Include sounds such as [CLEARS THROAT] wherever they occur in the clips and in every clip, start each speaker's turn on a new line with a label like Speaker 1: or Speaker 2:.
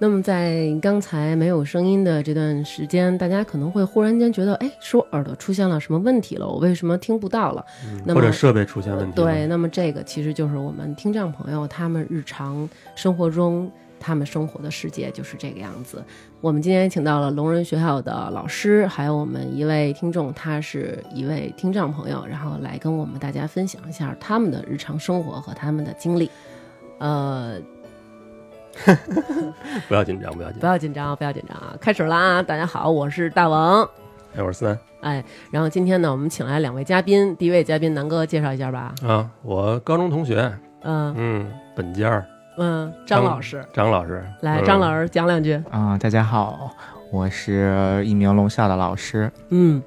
Speaker 1: 那么在刚才没有声音的这段时间，大家可能会忽然间觉得，哎，是我耳朵出现了什么问题了？我为什么听不到了？那
Speaker 2: 嗯或
Speaker 1: 么
Speaker 2: 者设备出现问题。
Speaker 1: 对，，那么这个其实就是我们听障朋友他们日常生活中他们生活的世界就是这个样子。我们今天请到了聋人学校的老师，还有我们一位听众，他是一位听障朋友，然后来跟我们大家分享一下他们的日常生活和他们的经历。呃，
Speaker 2: 不要紧张，不要紧
Speaker 1: 不
Speaker 2: 张。
Speaker 1: 要紧张，不要紧张啊，开始啦！大家好，我是大王。
Speaker 2: 哎，我是三
Speaker 1: 哎，然后今天呢，我们请来两位嘉宾，第一位嘉宾南哥介绍一下吧。
Speaker 2: 啊，我高中同学，
Speaker 1: 嗯
Speaker 2: 嗯，本家儿
Speaker 1: 嗯，张
Speaker 2: 张
Speaker 1: 老师，
Speaker 2: 张老师，
Speaker 1: 来，
Speaker 2: 嗯
Speaker 1: 张老师讲两句。
Speaker 3: 啊、大家好，我是一名聋校的老师。
Speaker 1: 嗯，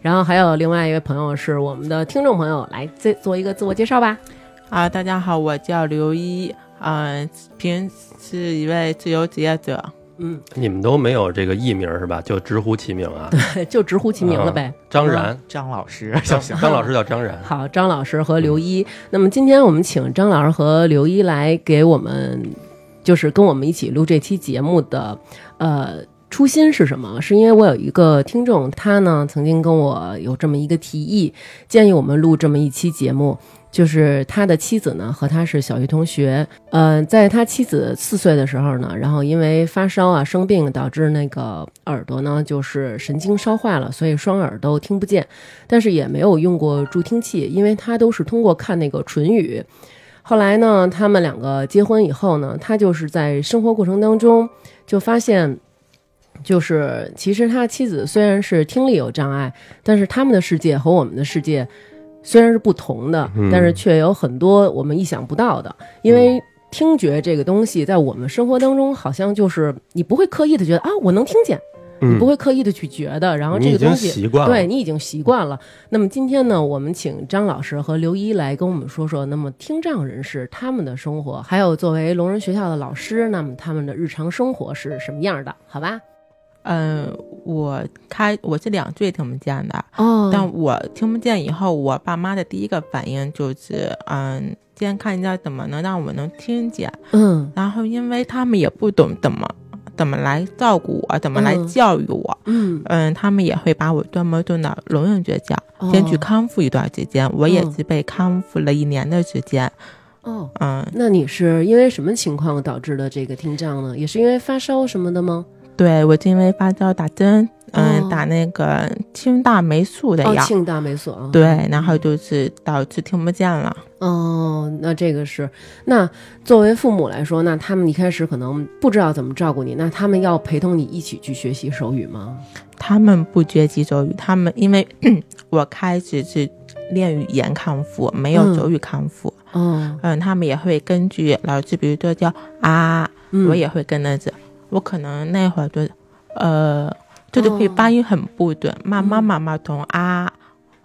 Speaker 1: 然后还有另外一位朋友是我们的听众朋友，来再做一个自我介绍吧。
Speaker 4: 啊，大家好，我叫刘一，嗯、平是一位自由职业者，
Speaker 1: 嗯， [LAUGHS]
Speaker 2: 你们都没有这个艺名是吧？就直呼其名啊，
Speaker 1: 就直呼其名了呗。
Speaker 2: 张
Speaker 1: 嗯
Speaker 2: 然，
Speaker 3: 张老师， [LAUGHS]
Speaker 2: 张张老师叫张然。
Speaker 1: 好，张老师和刘一。那么今天我们请张老师和刘一来给我们，就是跟我们一起录这期节目的，呃。初心是什么？是因为我有一个听众，他呢曾经跟我有这么一个提议，建议我们录这么一期节目。就是他的妻子呢和他是小学同学，呃，在他妻子四岁的时候呢，然后因为发烧啊生病，导致那个耳朵呢就是神经烧坏了，所以双耳都听不见。但是也没有用过助听器，因为他都是通过看那个唇语。后来呢，他们两个结婚以后呢，他就是在生活过程当中就发现，就是其实他妻子虽然是听力有障碍，但是他们的世界和我们的世界虽然是不同的，
Speaker 2: 嗯
Speaker 1: 但是却有很多我们意想不到的，因为。听觉这个东西，在我们生活当中，好像就是你不会刻意的觉得啊，我能听见，你
Speaker 2: 嗯
Speaker 1: 不，会刻意的去觉得，然后
Speaker 2: 你
Speaker 1: 这
Speaker 2: 已
Speaker 1: 个
Speaker 2: 经
Speaker 1: 东西
Speaker 2: 习惯了。
Speaker 1: 对，你已经习惯了。那么今天呢，我们请张老师和刘一来跟我们说说，那么听障人士他们的生活，还有作为聋人学校的老师，那么他们的日常生活是什么样的？好吧？
Speaker 4: 嗯、我开我是两岁听不见的，
Speaker 1: 哦
Speaker 4: 但我听不见以后，我爸妈的第一个反应就是，嗯、先看一下怎么能让我能听见，
Speaker 1: 嗯
Speaker 4: 然后因为他们也不懂怎么怎么来照顾我，怎么来
Speaker 1: 嗯
Speaker 4: 教育我，
Speaker 1: 嗯，
Speaker 4: 嗯，他们也会把我专门送到聋人学校，
Speaker 1: 哦
Speaker 4: 先去康复一段时间。我也
Speaker 1: 嗯
Speaker 4: 是被康复了一年的时间，
Speaker 1: 哦。
Speaker 4: 嗯，
Speaker 1: 那你是因为什么情况导致的这个听障呢？也是因为发烧什么的吗？
Speaker 4: 对我是因为发烧打针，嗯，
Speaker 1: 哦
Speaker 4: 打那个清大霉素的
Speaker 1: 哦，
Speaker 4: 药，
Speaker 1: 庆大霉素啊。
Speaker 4: 对，然后就是导致听不见了。
Speaker 1: 哦，那这个是，那作为父母来说，那他们一开始可能不知道怎么照顾你，那他们要陪同你一起去学习手语吗？
Speaker 4: 他们不学习手语，他们因为 [CLEARS THROAT] 我开始是练语言康复，没有
Speaker 1: 嗯
Speaker 4: 手语康复。
Speaker 1: 哦，
Speaker 4: 嗯，他们也会根据老师，比如说叫啊，
Speaker 1: 嗯
Speaker 4: 我也会跟着走。我可能那会儿就，呃，就是会
Speaker 1: 哦
Speaker 4: 发音很不准，慢慢
Speaker 1: 嗯
Speaker 4: 慢慢从啊、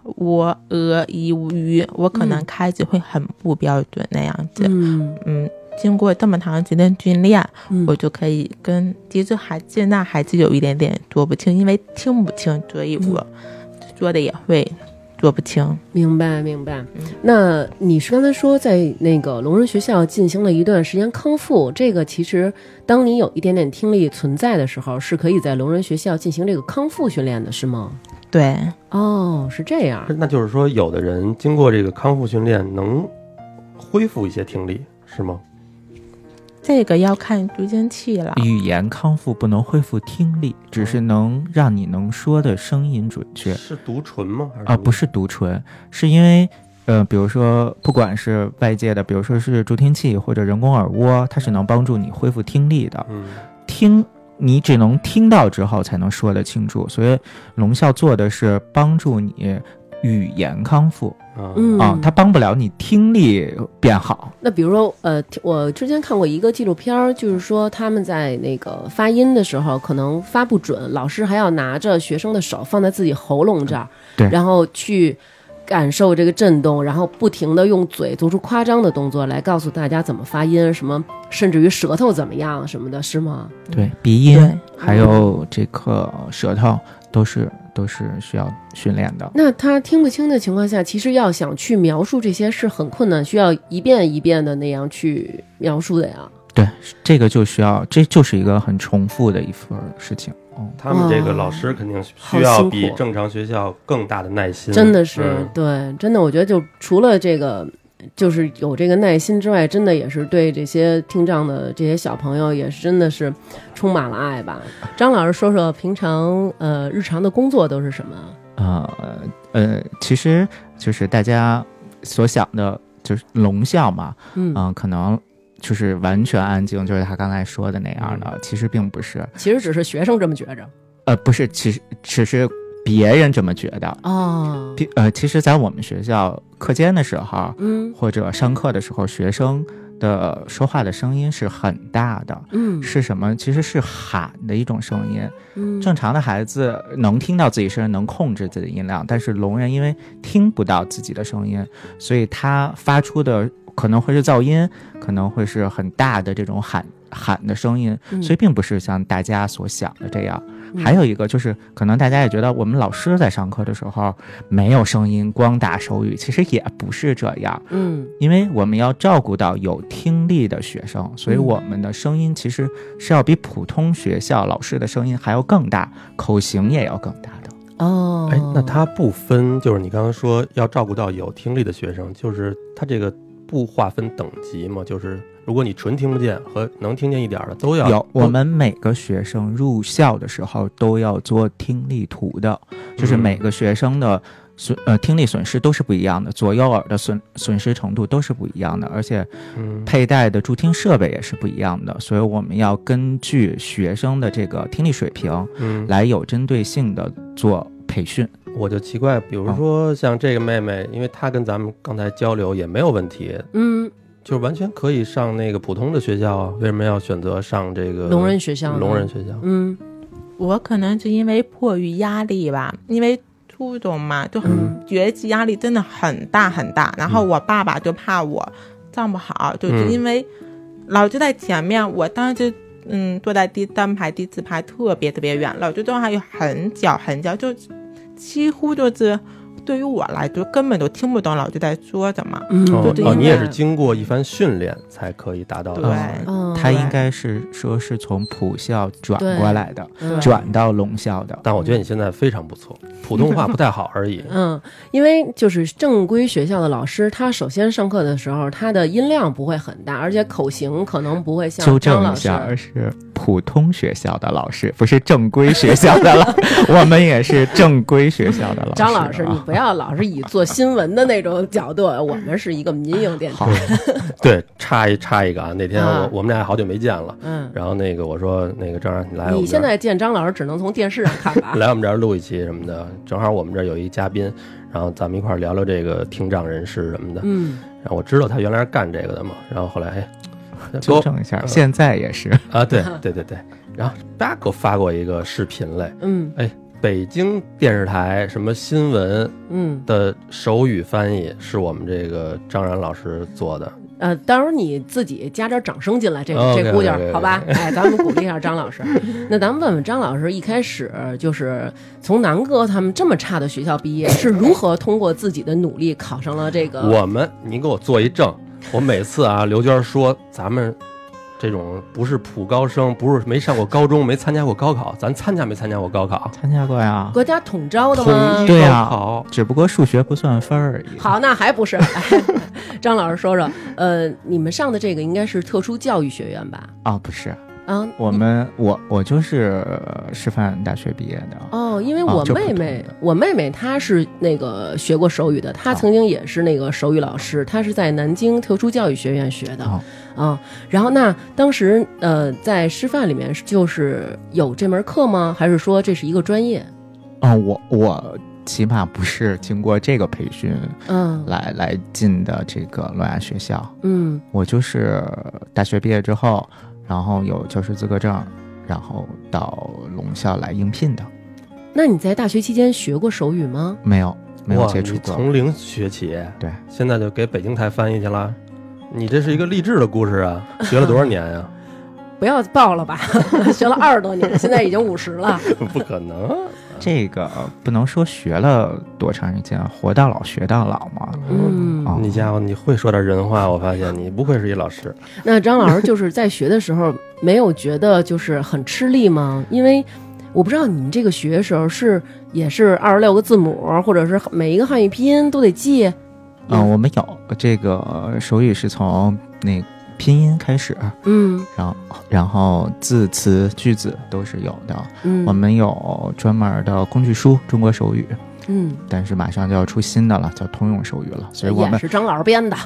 Speaker 4: 我、呃、一、乌、鱼，我可能
Speaker 1: 嗯
Speaker 4: 开始会很不标准那样子。
Speaker 1: 嗯
Speaker 4: 嗯经过这么长时间训练，
Speaker 1: 嗯
Speaker 4: 我就可以跟，其实还现在还是有一点点说不清，因为听不清，所以
Speaker 1: 嗯
Speaker 4: 我说的也会说不清。
Speaker 1: 明白明白
Speaker 4: 嗯。
Speaker 1: 那你是刚才说在那个聋人学校进行了一段时间康复，这个其实当你有一点点听力存在的时候，是可以在聋人学校进行这个康复训练的，是吗？
Speaker 4: 对，
Speaker 1: 哦，是这样。
Speaker 2: 那就是说，有的人经过这个康复训练，能恢复一些听力，是吗？
Speaker 4: 这个要看助听器了。
Speaker 3: 语言康复不能恢复听力，只是能让你能说的声音准确
Speaker 2: 是读唇吗？还是
Speaker 3: 啊、不是读唇，是因为。呃，比如说，不管是外界的，比如说是助听器或者人工耳蜗，它是能帮助你恢复听力的。
Speaker 2: 嗯，
Speaker 3: 听你只能听到之后才能说得清楚，所以聋校做的是帮助你语言康复
Speaker 2: 啊，
Speaker 1: 嗯
Speaker 3: 啊，它帮不了你听力变好。
Speaker 1: 那比如说，呃，听我之前看过一个纪录片儿，就是说他们在那个发音的时候，可能发不准，老师还要拿着学生的手放在自己喉咙这儿，
Speaker 3: 嗯对
Speaker 1: 然后去感受这个震动，然后不停的用嘴做出夸张的动作来告诉大家怎么发音，什么甚至于舌头怎么样什么的，是吗？嗯
Speaker 3: 对，鼻音
Speaker 4: 对，
Speaker 3: 还有这个舌头都是都是需要训练的。
Speaker 1: 那他听不清的情况下，其实要想去描述这些是很困难，需要一遍一遍的那样去描述的呀。
Speaker 3: 对，这个就需要，这就是一个很重复的一份儿事情。哦，
Speaker 2: 他们这个老师肯定需
Speaker 1: 啊好
Speaker 2: 要
Speaker 1: 辛苦
Speaker 2: 比正常学校更大的耐心，
Speaker 1: 真的是、
Speaker 2: 嗯
Speaker 1: 对，真的，我觉得就除了这个，就是有这个耐心之外，真的也是对这些听障的这些小朋友，也是真的是充满了爱吧。张老师说说平常呃日常的工作都是什么？
Speaker 3: 啊呃，其实就是大家所想的，就是聋校嘛，
Speaker 1: 嗯，
Speaker 3: 嗯、可能就是完全安静，就是他刚才说的那样的，其实并不是，
Speaker 1: 其实只是学生这么觉着
Speaker 3: 呃，不是，其实只是别人这么觉得。
Speaker 1: 哦，
Speaker 3: 比呃，其实，在我们学校课间的时候，
Speaker 1: 嗯
Speaker 3: 或者上课的时候，学生的说话的声音是很大的，
Speaker 1: 嗯
Speaker 3: 是什么？其实是喊的一种声音。
Speaker 1: 嗯
Speaker 3: 正常的孩子能听到自己声音，能控制自己的音量，但是聋人因为听不到自己的声音，所以他发出的可能会是噪音，可能会是很大的这种喊喊的声音，
Speaker 1: 嗯
Speaker 3: 所以并不是像大家所想的这样。还有一个就是，可能大家也觉得我们老师在上课的时候没有声音，光打手语，其实也不是这样，
Speaker 1: 嗯
Speaker 3: 因为我们要照顾到有听力的学生，所以
Speaker 1: 嗯
Speaker 3: 我们的声音其实是要比普通学校老师的声音还要更大，口型也要更大的。
Speaker 1: 哦，
Speaker 2: 哎，那他不分，就是你刚刚说要照顾到有听力的学生，就是他这个不划分等级嘛？就是如果你纯听不见和能听见一点儿的都要
Speaker 3: 有，我们每个学生入校的时候都要做听力图的，就是
Speaker 2: 嗯
Speaker 3: 每个学生的损呃听力损失都是不一样的，左右耳的损损失程度都是不一样的，而且
Speaker 2: 嗯
Speaker 3: 佩戴的助听设备也是不一样的，所以我们要根据学生的这个听力水平
Speaker 2: 嗯，
Speaker 3: 来有针对性的做培训。
Speaker 2: 我就奇怪，比如说像这个妹妹，因为她跟咱们刚才交流也没有问题，
Speaker 1: 嗯，
Speaker 2: 就是完全可以上那个普通的学校啊，为什么要选择上这个
Speaker 1: 聋人学校呢，
Speaker 2: 聋人学校？
Speaker 1: 嗯
Speaker 4: 我可能是因为迫于压力吧，因为初中嘛，就很
Speaker 1: 嗯
Speaker 4: 学习压力真的很大很大。然后我爸爸就怕我上不好，就是
Speaker 2: 嗯
Speaker 4: 因为老就在前面，我当时就嗯坐在第三排、第四排特别特别远，老就坐还有很小很小，就几乎就是对于我来说根本都听不懂老就在说什么。
Speaker 1: 嗯，
Speaker 2: 哦
Speaker 1: 对
Speaker 4: 对
Speaker 1: 对，
Speaker 2: 哦，
Speaker 1: 因
Speaker 2: 你也
Speaker 1: 为
Speaker 2: 是经过一番训练才可以达到的。
Speaker 4: 对
Speaker 3: 嗯
Speaker 1: 哦
Speaker 3: 他应该是说是从普校转过来的，
Speaker 1: 嗯。
Speaker 3: 转到聋校的。
Speaker 2: 但我觉得你现在非常不错，普通话不太好而已
Speaker 1: 嗯，因为就是正规学校的老师，他首先上课的时候，他的音量不会很大，而且口型可能不会像
Speaker 3: 纠
Speaker 1: 张
Speaker 3: 正
Speaker 1: 老
Speaker 3: 一
Speaker 1: 师。
Speaker 3: 下，是普通学校的老师，不是正规学校的老我们也是正规学校的老师。
Speaker 1: 张老师，你
Speaker 3: 啊
Speaker 1: 不要老是以做新闻的那种角度，我们是一个民营电台
Speaker 3: 好。，
Speaker 2: 对，插一插一个啊，那天我、
Speaker 1: 啊
Speaker 2: 我们俩好久没见了，
Speaker 1: 嗯，
Speaker 2: 然后那个我说那个郑儿，你来哎我
Speaker 1: 你
Speaker 2: 们这
Speaker 1: 现
Speaker 2: 儿？
Speaker 1: 在见张老师只能从电视上看吧
Speaker 2: 来我们这儿录一期什么的，正好我们这儿有一嘉宾，然后咱们一块儿聊聊这个听障人士什么的。
Speaker 1: [LAUGHS] 嗯，
Speaker 2: 然后我知道他原来是干这个的嘛，然后后来哎，给
Speaker 3: 纠
Speaker 2: 我
Speaker 3: 正一下，现在也是。
Speaker 2: 啊，
Speaker 1: [LAUGHS]
Speaker 2: 对对对对，然后叭给我发过一个视频来，
Speaker 1: 嗯
Speaker 2: 北京电视台什么新闻
Speaker 1: 嗯，
Speaker 2: 的手语翻译是我们这个张然老师做的，
Speaker 1: 呃，到时候你自己加点掌声进来，这
Speaker 2: 哦
Speaker 1: 这
Speaker 2: 对
Speaker 1: 姑娘
Speaker 2: 对对
Speaker 1: 好吧？哎，咱们鼓励一下张老
Speaker 2: [LAUGHS]
Speaker 1: 师。那咱们问问张老师，一开始就是从南哥他们这么差的学校毕业，是如何通过自己的努力考上了这个？
Speaker 2: 我们，您给我做一证。我每次啊，刘娟说咱们这种不是普高生，不是没上过高中，没参加过高考，咱参加没参加过高考？
Speaker 3: 参加过呀，
Speaker 1: 国家统招的
Speaker 2: 统一
Speaker 1: 吗？
Speaker 3: 对
Speaker 2: 高
Speaker 3: 啊
Speaker 2: 考。
Speaker 3: 只不过数学不算分儿而已。
Speaker 1: 好，那还不是？ [LAUGHS] 哎张老师说说，呃，你们上的这个应该是特殊教育学院吧？
Speaker 3: 啊，不是，
Speaker 1: 啊，
Speaker 3: 我们我我就是呃师范大学毕业的。
Speaker 1: 哦，因为
Speaker 3: 啊
Speaker 1: 我
Speaker 3: 就
Speaker 1: 妹
Speaker 3: 普通
Speaker 1: 妹
Speaker 3: 的，
Speaker 1: 我妹妹她是那个学过手语的，她
Speaker 3: 哦
Speaker 1: 曾经也是那个手语老师，她是在南京特殊教育学院学的
Speaker 3: 哦
Speaker 1: 啊、然后那当时呃，在师范里面是就是有这门课吗？还是说这是一个专业？
Speaker 3: 啊，我我起码不是经过这个培训
Speaker 1: 嗯
Speaker 3: 来来进的这个聋哑学校，
Speaker 1: 嗯
Speaker 3: 我就是大学毕业之后，然后有教师资格证，然后到聋校来应聘的。
Speaker 1: 那你在大学期间学过手语吗？
Speaker 3: 没有，没有
Speaker 2: 哇
Speaker 3: 接触
Speaker 2: 你
Speaker 3: 过。
Speaker 2: 从零学起，
Speaker 3: 对，
Speaker 2: 现在就给北京台翻译去了。你这是一个励志的故事
Speaker 3: [LAUGHS]
Speaker 2: 啊！学了多少年啊呀、
Speaker 1: 不要报了吧， [LAUGHS] 学了二十多年，现在已经五十了。
Speaker 2: [LAUGHS] 不可能，
Speaker 3: 这个不能说学了多长时间，活到老学到老嘛。
Speaker 1: 嗯嗯
Speaker 3: 哦
Speaker 2: 你家伙，你会说点人话，我发现你不愧是一老师。
Speaker 1: [LAUGHS] 那张老师就是在学的时候没有觉得就是很吃力吗？因为我不知道你们这个学的时候是也是二十六个字母，或者是每一个汉语拼音都得记。
Speaker 3: 嗯、我们有这个手语是从那拼音开始，啊
Speaker 1: 嗯
Speaker 3: 然后然后字词句子都是有的。
Speaker 1: 嗯，
Speaker 3: 我们有专门的工具书《中国手语》，
Speaker 1: 嗯，
Speaker 3: 但是马上就要出新的了，叫通用手语了，所以我
Speaker 1: 也
Speaker 3: 们
Speaker 1: 是张老师编的。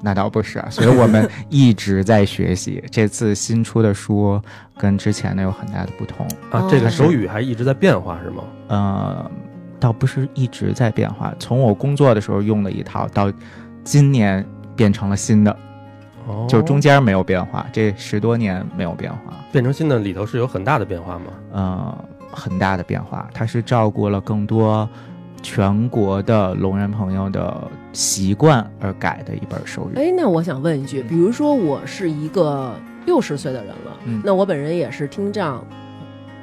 Speaker 3: 那倒不是啊，所以我们一直在学习。这次新出的书跟之前的有很大的不同，
Speaker 2: 啊
Speaker 1: 哦，
Speaker 2: 这个手语还一直在变化是吗？
Speaker 3: 呃，倒不是一直在变化，从我工作的时候用的一套到今年变成了新的，
Speaker 2: 哦，
Speaker 3: 就中间没有变化，这十多年没有变化。
Speaker 2: 变成新的里头是有很大的变化吗？
Speaker 3: 呃很大的变化，它是照顾了更多全国的聋人朋友的习惯而改的一本手语。
Speaker 1: 哎，那我想问一句，比如说我是一个六十岁的人了，
Speaker 3: 嗯
Speaker 1: 那我本人也是听障，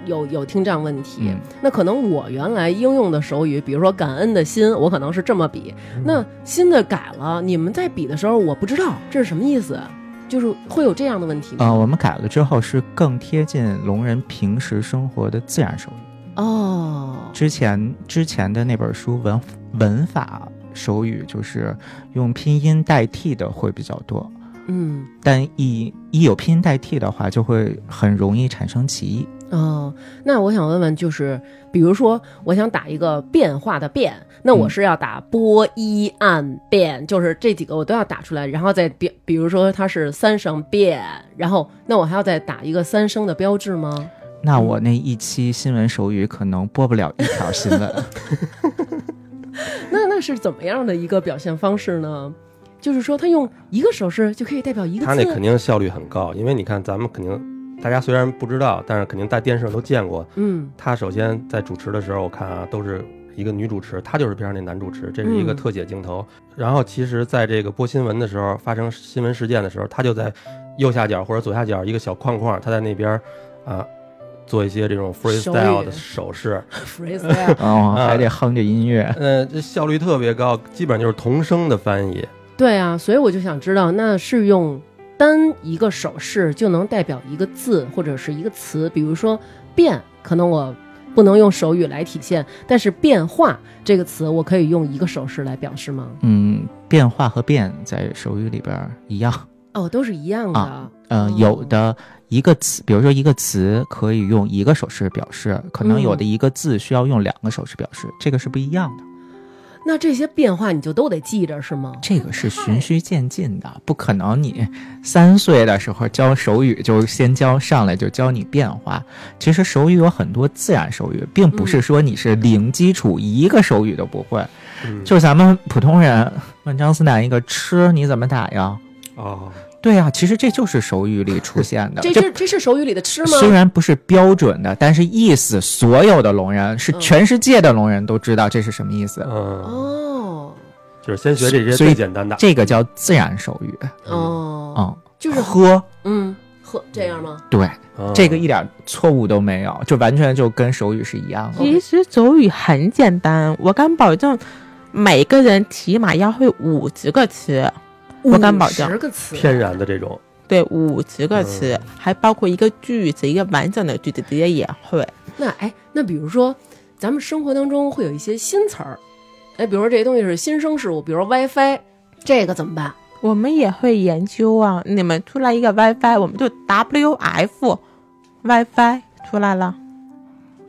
Speaker 1: 有有听障问题，
Speaker 3: 嗯
Speaker 1: 那可能我原来应用的手语，比如说感恩的心，我可能是这么比，
Speaker 3: 嗯
Speaker 1: 那新的改了，你们在比的时候，我不知道这是什么意思，就是会有这样的问题
Speaker 3: 呃，
Speaker 1: 吗？
Speaker 3: 我们改了之后是更贴近聋人平时生活的自然手语。
Speaker 1: 哦，
Speaker 3: 之前之前的那本书文文法手语就是用拼音代替的会比较多，
Speaker 1: 嗯，
Speaker 3: 但一一有拼音代替的话，就会很容易产生歧义。
Speaker 1: 哦，那我想问问，就是比如说，我想打一个变化的变，那我
Speaker 3: 嗯
Speaker 1: 是要打波一按变，就是这几个我都要打出来，然后再比，比如说它是三声变，然后那我还要再打一个三声的标志吗？
Speaker 3: 那我那一期新闻手语可能播不了一条新闻。
Speaker 1: 那那是怎么样的一个表现方式呢？就是说，他用一个手势就可以代表一个字，
Speaker 2: 他那肯定效率很高，因为你看咱们肯定大家虽然不知道，但是肯定在电视上都见过。 [LAUGHS]
Speaker 1: 嗯 [LAUGHS]
Speaker 2: 他首先在主持的时候，我看啊，都是一个女主持，他就是边上那男主持，这是一个
Speaker 1: 嗯
Speaker 2: 特写镜头。然后其实在这个播新闻的时候，发生新闻事件的时候，他就在右下角或者左下角一个小框框，他在那边啊做一些这种 freestyle 的手势，
Speaker 1: ，freestyle，
Speaker 3: 哦，
Speaker 2: 啊
Speaker 3: 还得哼着音乐。
Speaker 2: 呃，这效率特别高，基本上就是童声的翻译。
Speaker 1: 对啊，所以我就想知道，那是用单一个手势就能代表一个字或者是一个词，比如说“变”，可能我不能用手语来体现，但是“变化”这个词，我可以用一个手势来表示吗？
Speaker 3: 嗯，变化和变在手语里边儿一样。
Speaker 1: 哦，都是一样的。
Speaker 3: 啊嗯、
Speaker 1: 哦
Speaker 3: 有的一个词，比如说一个词可以用一个手势表示，可能有的一个字需要用两个手势表示，这个是不一样的。
Speaker 1: 那这些变化你就都得记着是吗？
Speaker 3: 这个是循序渐进的，不可能你三岁的时候教手语就先教上来就教你变化。其实手语有很多自然手语，并不是说你是零基础一个手语都不会。
Speaker 2: 嗯，
Speaker 3: 就咱们普通人问张思楠一个吃你怎么打呀？
Speaker 2: 哦，
Speaker 3: 对呀、其实这就是手语里出现 [LAUGHS] 的。
Speaker 1: 这是这是手语里的“吃”吗？
Speaker 3: 虽然不是标准的，但是意思所有的聋人是
Speaker 1: 嗯
Speaker 3: 全世界的聋人都知道这是什么意思。
Speaker 2: 嗯，
Speaker 1: 哦
Speaker 2: 就是先学这些
Speaker 3: 所以
Speaker 2: 最简单的。
Speaker 3: 这个叫自然手语，
Speaker 1: 哦，
Speaker 3: 嗯，
Speaker 1: 就是
Speaker 3: 喝，
Speaker 1: 嗯，喝这样吗？
Speaker 3: 对，
Speaker 2: 嗯
Speaker 3: 这个一点错误都没有，就完全就跟手语是一样的。
Speaker 4: 其实手语很简单，我敢保证，每个人起码要会五十个词，我敢保证
Speaker 1: 十个词，
Speaker 2: 天然的这种，
Speaker 4: 对，五十个词，
Speaker 2: 嗯
Speaker 4: 还包括一个句子，一个完整的句子，直接也会。
Speaker 1: 那哎，那比如说，咱们生活当中会有一些新词儿，哎，比如说这些东西是新生事物，比如说 WiFi，这个怎么办？
Speaker 4: 我们也会研究啊，你们出来一个 WiFi，我们就 WF WiFi 出来了。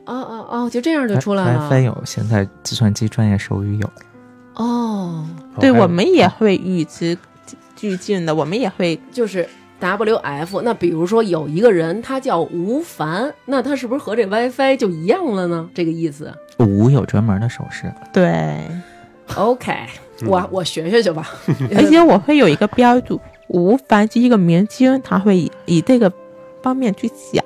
Speaker 1: 哦哦哦，就这样
Speaker 2: 哎
Speaker 1: 就出来了。
Speaker 3: 非有现在计算机专业手语有，
Speaker 1: 哦，
Speaker 4: 对，
Speaker 2: 哦还有
Speaker 4: 我们也会与时俱进的，我们也会
Speaker 1: 就是 WF。那比如说有一个人他叫吴凡，那他是不是和这 WiFi 就一样了呢？这个意思。
Speaker 3: 五有专门的手势。
Speaker 4: 对，
Speaker 1: OK，我
Speaker 2: 嗯
Speaker 1: 我学学去吧。
Speaker 4: 而且我会有一个标注，吴凡是一个明星，他会以以这个方面去想，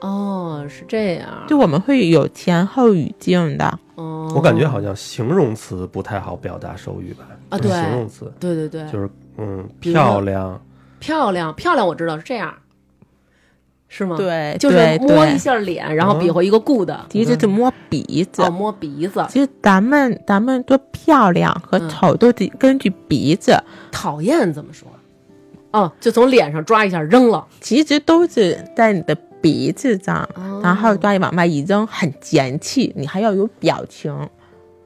Speaker 1: 哦，是这样。
Speaker 4: 就我们会有前后语境的。
Speaker 1: 哦，
Speaker 2: 我感觉好像形容词不太好表达手语吧？
Speaker 1: 啊
Speaker 2: 就是
Speaker 1: 对
Speaker 2: 形容词
Speaker 1: 对对对，
Speaker 2: 就是嗯，
Speaker 1: 比如说
Speaker 2: 漂亮，
Speaker 1: 漂亮漂亮，我知道是这样。是吗？，
Speaker 4: 对，
Speaker 1: 嗯就是
Speaker 4: 对
Speaker 1: 摸
Speaker 4: 对嗯
Speaker 1: 一下脸，然后比划一个 good，
Speaker 4: 其实就是摸鼻子。
Speaker 1: 哦，摸鼻子，
Speaker 4: 其实咱们咱们说漂亮和
Speaker 1: 嗯
Speaker 4: 丑都得根据鼻子，
Speaker 1: 讨厌怎么说？哦，就从脸上抓一下扔了，
Speaker 4: 其实都是在你的鼻子上，
Speaker 1: 哦
Speaker 4: 然后再往外一扔，很嫌弃。你还要有表情，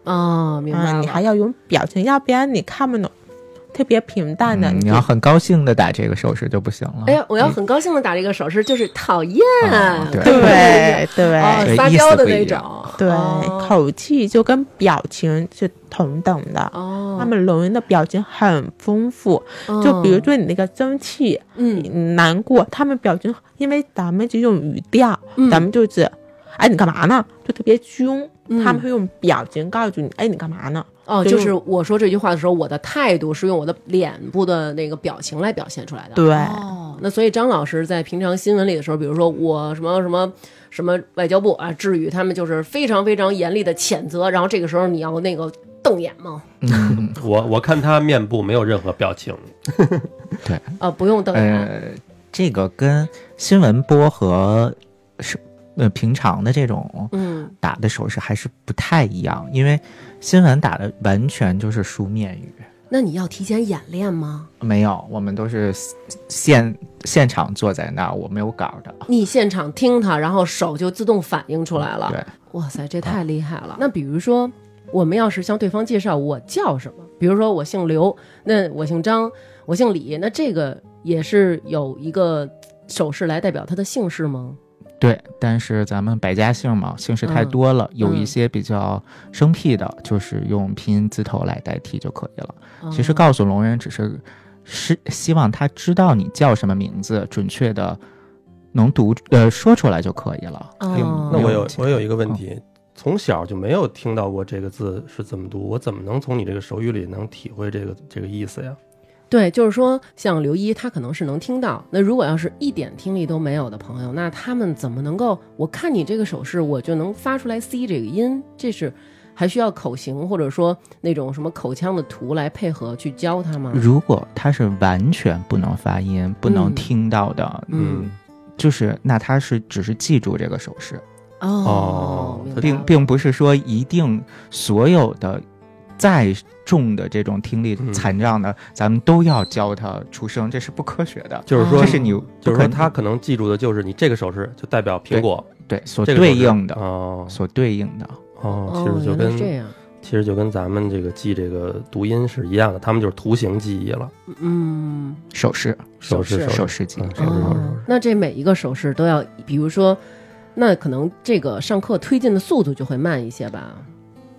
Speaker 1: 哦，明白
Speaker 4: 嗯，
Speaker 1: 了，
Speaker 4: 你还要有表情，要不然你看不懂。特别平淡的，
Speaker 3: 嗯你
Speaker 4: 就
Speaker 3: 要很高兴的打这个手势就不行了。
Speaker 1: 哎呀，我要很高兴的打这个手势，就是讨厌，
Speaker 3: 啊对
Speaker 4: [LAUGHS]
Speaker 1: [LAUGHS]
Speaker 4: 对
Speaker 1: 哦
Speaker 4: 对
Speaker 3: 对
Speaker 1: 撒
Speaker 3: 意思
Speaker 1: 娇的
Speaker 3: 不
Speaker 1: 那
Speaker 3: 一
Speaker 1: 种
Speaker 3: 样，
Speaker 4: 对
Speaker 1: 哦，
Speaker 4: 口气就跟表情是同等的。
Speaker 1: 哦，
Speaker 4: 他们聋人的表情很丰富，就比如说你那个生气、
Speaker 1: 嗯，
Speaker 4: 难过，他们表情，因为咱们就用语调，
Speaker 1: 嗯
Speaker 4: 咱们就是，哎，你干嘛呢？就特别凶，
Speaker 1: 嗯
Speaker 4: 他们会用表情告诉你，哎，你干嘛呢？
Speaker 1: 哦，
Speaker 4: 就
Speaker 1: 就是
Speaker 4: 是
Speaker 1: 我说这句话的时候，我的态度是用我的脸部的那个表情来表现出来的。
Speaker 4: 对
Speaker 1: 哦，那所以张老师在平常新闻里的时候，比如说我什么什么什么外交部啊，至于他们就是非常非常严厉的谴责，然后这个时候你要那个瞪眼吗？
Speaker 3: 嗯，
Speaker 2: 我我看他面部没有任何表情，
Speaker 1: 啊，不用瞪眼，
Speaker 3: 呃，这个跟新闻播和是呃平常的这种
Speaker 1: 嗯，
Speaker 3: 打的手势还是不太一样，因为新闻打的完全就是书面语，
Speaker 1: 那你要提前演练吗？
Speaker 3: 没有，我们都是现现场坐在那儿，我没有稿的。
Speaker 1: 你现场听他，然后手就自动反应出来了。
Speaker 3: 对，
Speaker 1: 哇塞，这太厉害了！那比如说，我们要是向对方介绍我叫什么，比如说我姓刘，那我姓张，我姓李，那这个也是有一个手势来代表他的姓氏吗？
Speaker 3: 对，但是咱们百家姓嘛，姓氏太
Speaker 1: 嗯
Speaker 3: 多了，有一
Speaker 1: 嗯
Speaker 3: 些比较生僻的，就是用拼音字头来代替就可以了。
Speaker 1: 啊
Speaker 3: 其实告诉聋人只是是希望他知道你叫什么名字，准确的能读呃说出来就可以了。
Speaker 1: 哦
Speaker 3: 没
Speaker 2: 那我
Speaker 3: 没
Speaker 2: 有
Speaker 3: 其
Speaker 2: 我
Speaker 3: 他
Speaker 2: 有一个问题，从小就没有听到过这个字是怎么读，我怎么能从你这个手语里能体会这个这个意思呀？
Speaker 1: 对，就是说像刘一，他可能是能听到。那如果要是一点听力都没有的朋友，那他们怎么能够？我看你这个手势，我就能发出来 C 这个音，这是还需要口型或者说那种什么口腔的图来配合去教他
Speaker 2: 嗯
Speaker 1: 吗？
Speaker 3: 如果他是完全不能发音、不能
Speaker 1: 嗯
Speaker 3: 听到的，
Speaker 1: 嗯，
Speaker 3: 就是那他是只是记住这个手势，
Speaker 1: 哦
Speaker 2: 哦，
Speaker 1: 明
Speaker 2: 他
Speaker 1: 白
Speaker 3: 并
Speaker 1: 了
Speaker 3: 并不是说一定所有的再重的这种听力
Speaker 2: 嗯
Speaker 3: 残障的，咱们都要教他出声，这是不科学的。
Speaker 2: 就是说
Speaker 3: 这
Speaker 1: 哦
Speaker 3: 是你
Speaker 2: 就是
Speaker 3: 不可
Speaker 2: 说
Speaker 3: 能
Speaker 2: 他可能记住的就是你这个手势就代表苹果
Speaker 3: 对所
Speaker 2: 这个手势
Speaker 3: 对应的、
Speaker 2: 哦
Speaker 3: 所对应的，
Speaker 2: 哦，
Speaker 1: 哦，
Speaker 2: 其实就
Speaker 1: 原来是
Speaker 2: 跟
Speaker 1: 这样，
Speaker 2: 其实就跟咱们这个记这个读音是一样的，他们就是图形记忆了，
Speaker 1: 嗯，
Speaker 3: 手势
Speaker 2: 手
Speaker 1: 势
Speaker 2: 势
Speaker 3: 手
Speaker 2: 势，
Speaker 3: 势记忆
Speaker 2: 嗯。手势手
Speaker 1: 哦
Speaker 2: 势，
Speaker 1: 那这每一个手势都要，比如说，那可能这个上课推进的速度就会慢一些吧。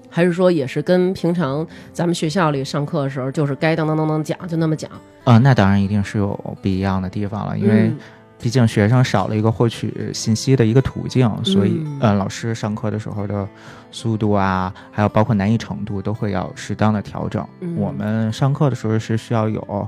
Speaker 1: 还是说，也是跟平常咱们学校里上课的时候，就是该当当当当讲，就那么讲。
Speaker 3: 啊、那当然一定是有不一样的地方了，因为
Speaker 1: 嗯
Speaker 3: 毕竟学生少了一个获取信息的一个途径，所以
Speaker 1: 嗯
Speaker 3: 呃，老师上课的时候的速度啊，还有包括难易程度，都会要适当的调整。
Speaker 1: 嗯
Speaker 3: 我们上课的时候是需要有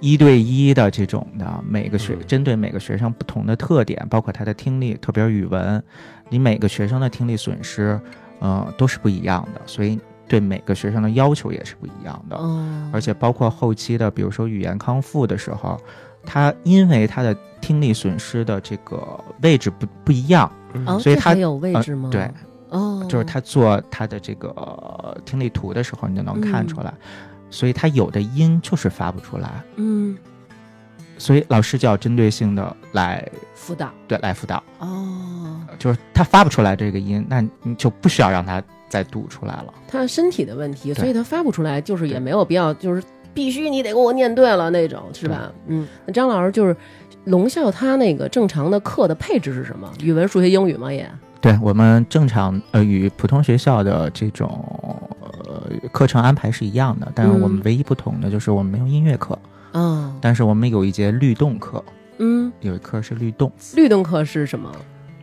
Speaker 3: 一对一的这种的，每个学、
Speaker 2: 嗯
Speaker 3: 针对每个学生不同的特点，包括他的听力，特别是语文，你每个学生的听力损失，呃，都是不一样的，所以对每个学生的要求也是不一样的。
Speaker 1: 哦，
Speaker 3: 而且包括后期的，比如说语言康复的时候，他因为他的听力损失的这个位置不不一样，
Speaker 1: 哦，
Speaker 3: 所以
Speaker 1: 这
Speaker 3: 他呃
Speaker 1: 还有位置吗？
Speaker 3: 对，
Speaker 1: 哦，
Speaker 3: 就是他做他的这个呃听力图的时候，你就能看出来。所以他有的音就是发不出来，
Speaker 1: 嗯
Speaker 3: 所以老师就要针对性的来
Speaker 1: 辅导
Speaker 3: 对来辅导，
Speaker 1: 哦，
Speaker 3: 就是他发不出来这个音，那你就不需要让他再读出来了。
Speaker 1: 他身体的问题，
Speaker 3: 对
Speaker 1: 所以他发不出来，就是也没有必要，就是必须你得给我念对了那种，是吧？嗯，那张老师就是龙校，他那个正常的课的配置是什么？语文、数学、英语吗？也
Speaker 3: 对我们正常呃与普通学校的这种呃课程安排是一样的，但是我们
Speaker 1: 嗯
Speaker 3: 唯一不同的就是我们没有音乐课，
Speaker 1: 哦，
Speaker 3: 但是我们有一节律动课，
Speaker 1: 嗯，
Speaker 3: 有一课是律动。
Speaker 1: 律动课是什么？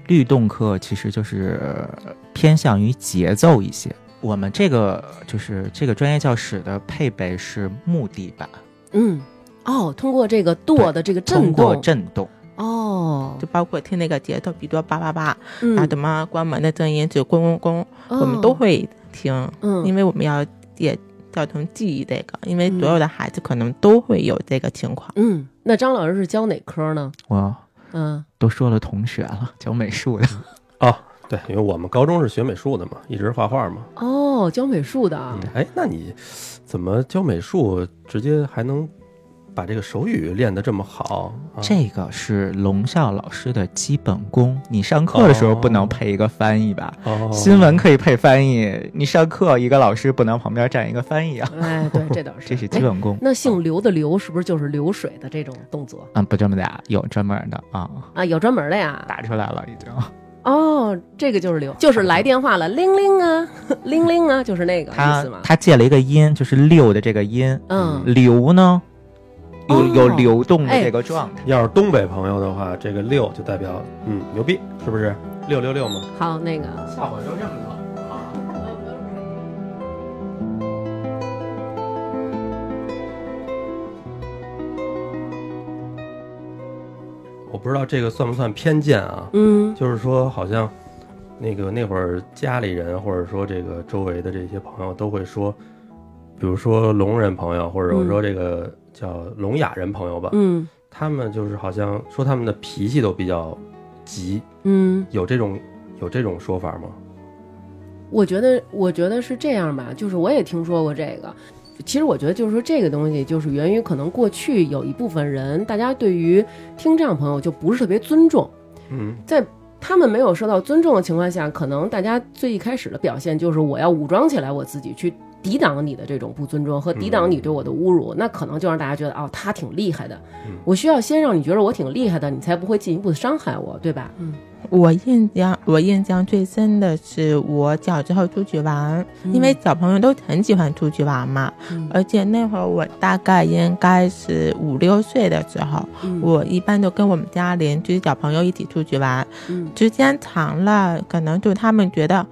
Speaker 3: 律动课其实就是呃偏向于节奏一些。我们这个就是这个专业教室的配备是木地板，
Speaker 1: 嗯，哦，通过这个舵的这个
Speaker 3: 通
Speaker 1: 震
Speaker 3: 过
Speaker 1: 动，
Speaker 3: 震动，
Speaker 1: 哦
Speaker 4: 就，包括听那个节奏，比如说叭叭叭，
Speaker 1: 嗯
Speaker 4: 啊，怎么关门的声音，就咣咣咣，我们都，会听，
Speaker 1: 哦
Speaker 4: 因
Speaker 1: 嗯，
Speaker 4: 为我们要也要从记忆这个，因为所有的孩子可能都会有这个情况。
Speaker 1: 嗯，那张老师是教哪科呢？
Speaker 3: 我
Speaker 1: 啊、嗯
Speaker 3: 都说了同学了，教美术的，
Speaker 2: 对，因为我们高中是学美术的嘛，一直画画嘛。
Speaker 1: 哦，教美术的啊
Speaker 2: 嗯，哎，那你怎么教美术，直接还能把这个手语练得这么好？啊、
Speaker 3: 这个是龙校老师的基本功。你上课的时候不能配一个翻译吧？
Speaker 2: 哦，
Speaker 3: 新闻可以配翻译，你上课一个老师不能旁边站一个翻译啊，
Speaker 1: 哎，对，这倒是，
Speaker 3: 这是
Speaker 1: 哎
Speaker 3: 基本功。
Speaker 1: 那姓刘的刘是不是就是流水的这种动作
Speaker 3: 嗯，不这么打，有专门的啊，
Speaker 1: 啊？有专门的呀？
Speaker 3: 打出来了已经。
Speaker 1: 哦，这个就是刘，就是来电话了，铃铃啊， [LAUGHS] 铃铃啊，就是那个意
Speaker 3: 他
Speaker 1: 思嘛。
Speaker 3: 他借了一个音，就是六的这个音，
Speaker 1: 嗯，
Speaker 3: 流呢，有有
Speaker 1: 哦
Speaker 3: 流动的
Speaker 1: 哎
Speaker 3: 这个状态。
Speaker 2: 要是东北朋友的话，这个六就代表嗯牛逼，是不是？六六六嘛。
Speaker 1: 好，那个
Speaker 3: 下火就这么了。
Speaker 2: 我不知道这个算不算偏见啊？
Speaker 1: 嗯
Speaker 2: 就是说，好像那个那会儿家里人或者说这个周围的这些朋友都会说，比如说聋人朋友，或者我
Speaker 3: 嗯
Speaker 2: 说这个叫聋哑人朋友吧，
Speaker 1: 嗯
Speaker 2: 他们就是好像说他们的脾气都比较急，
Speaker 1: 嗯，
Speaker 2: 有这种有这种说法吗？
Speaker 1: 我觉得，我觉得是这样吧，就是我也听说过这个。其实我觉得，就是说这个东西，就是源于可能过去有一部分人，大家对于听障朋友就不是特别尊重，
Speaker 2: 嗯，
Speaker 1: 在他们没有受到尊重的情况下，可能大家最一开始的表现就是我要武装起来我自己去抵挡你的这种不尊重和抵挡你对我的侮辱，那可能就让大家觉得哦，他挺厉害的
Speaker 2: 嗯，
Speaker 1: 我需要先让你觉得我挺厉害的，你才不会进一步的伤害我，对吧？嗯
Speaker 4: 我印象我印象最深的是我小时候出去玩，因为小朋友都很喜欢出去玩嘛，
Speaker 1: 嗯
Speaker 4: 而且那会儿我大概应该是五六岁的时候，
Speaker 1: 嗯
Speaker 4: 我一般都跟我们家邻居小朋友一起出去玩，
Speaker 1: 嗯
Speaker 4: 时间长了，可能就他们觉得，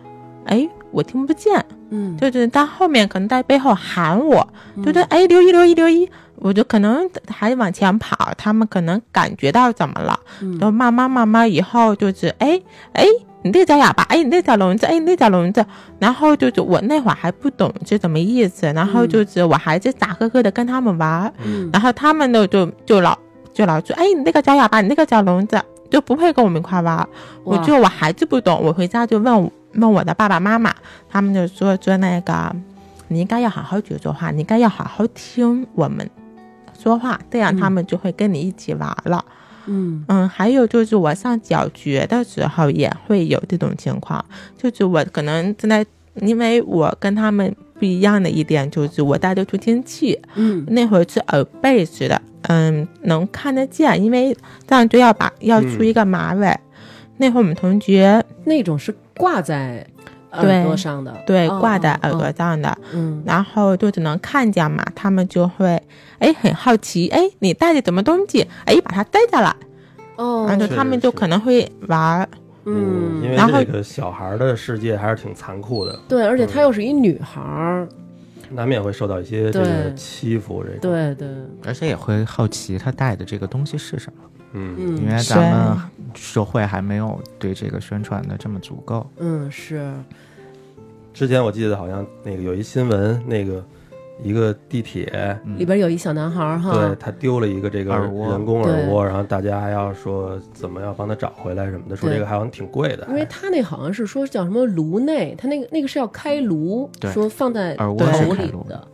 Speaker 4: 哎，我听不见，
Speaker 1: 嗯，
Speaker 4: 就是到后面可能在背后喊我，
Speaker 1: 嗯
Speaker 4: 就觉得哎刘一刘一刘一，我就可能还往前跑，他们可能感觉到怎么了，
Speaker 1: 嗯
Speaker 4: 然后慢慢慢慢以后就是哎哎。你这叫哑巴，哎，你这叫聋子，哎，你这叫聋子。然后就是我那会儿还不懂是什么意思，然后就是我还是傻呵呵的跟他们玩儿，
Speaker 1: 嗯
Speaker 4: 然后他们呢就就老就老说，哎，你那个叫哑巴，你那个叫聋子，就不会跟我们一块玩儿。我
Speaker 1: 哇
Speaker 4: 就我还是不懂，我回家就问我问我的爸爸妈妈，他们就说说那个，你应该要好好学说话，你应该要好好听我们说话，这样
Speaker 1: 嗯
Speaker 4: 他们就会跟你一起玩了。
Speaker 1: 嗯
Speaker 4: 嗯，还有就是我上小学的时候也会有这种情况，就是我可能正在，因为我跟他们不一样的一点就是我带着助听器，
Speaker 1: 嗯
Speaker 4: 那会儿是耳背式的，嗯，能看得见，因为这样就要把要梳
Speaker 2: 嗯
Speaker 4: 一个马尾。那会儿我们同学
Speaker 1: 那种是挂在耳
Speaker 4: 对
Speaker 1: 朵上的，
Speaker 4: 对
Speaker 1: 哦
Speaker 4: 挂在耳朵，上的，
Speaker 1: 嗯
Speaker 4: 然后就只能看见嘛，他们就会哎很好奇，哎你带着什么东西，哎把它摘下来，
Speaker 1: 哦，
Speaker 4: 然后
Speaker 2: 是
Speaker 4: 他们
Speaker 2: 是
Speaker 4: 就可能会玩儿，
Speaker 1: 嗯，
Speaker 2: 因为
Speaker 4: 然后
Speaker 2: 这个小孩的世界还是挺残酷的，
Speaker 1: 对，而且她又是一女孩儿，
Speaker 2: 难免会受到一些这个
Speaker 1: 对
Speaker 2: 欺负。这个，
Speaker 1: 对对，
Speaker 3: 而且也会好奇他带的这个东西是什么，
Speaker 2: 嗯，
Speaker 3: 因
Speaker 1: 嗯
Speaker 3: 为
Speaker 4: 是
Speaker 3: 咱们社会还没有对这个宣传的这么足够。
Speaker 1: 嗯是，
Speaker 2: 之前我记得好像那个有一新闻，那个一个地铁。
Speaker 1: 里边有一小男孩儿
Speaker 2: 对
Speaker 1: 哈，
Speaker 2: 他丢了一个这个
Speaker 3: 耳蜗
Speaker 2: 人工耳
Speaker 1: 对
Speaker 2: 蜗，然后大家还要说怎么样帮他找回来什么的，说
Speaker 1: 对
Speaker 2: 这个好像挺贵的，
Speaker 1: 因为他那好像是说叫什么颅内，他那个那个是要开颅，
Speaker 3: 对
Speaker 1: 说放在
Speaker 3: 耳蜗
Speaker 4: 是
Speaker 1: 头
Speaker 3: 开
Speaker 1: 里
Speaker 3: 颅
Speaker 1: 的。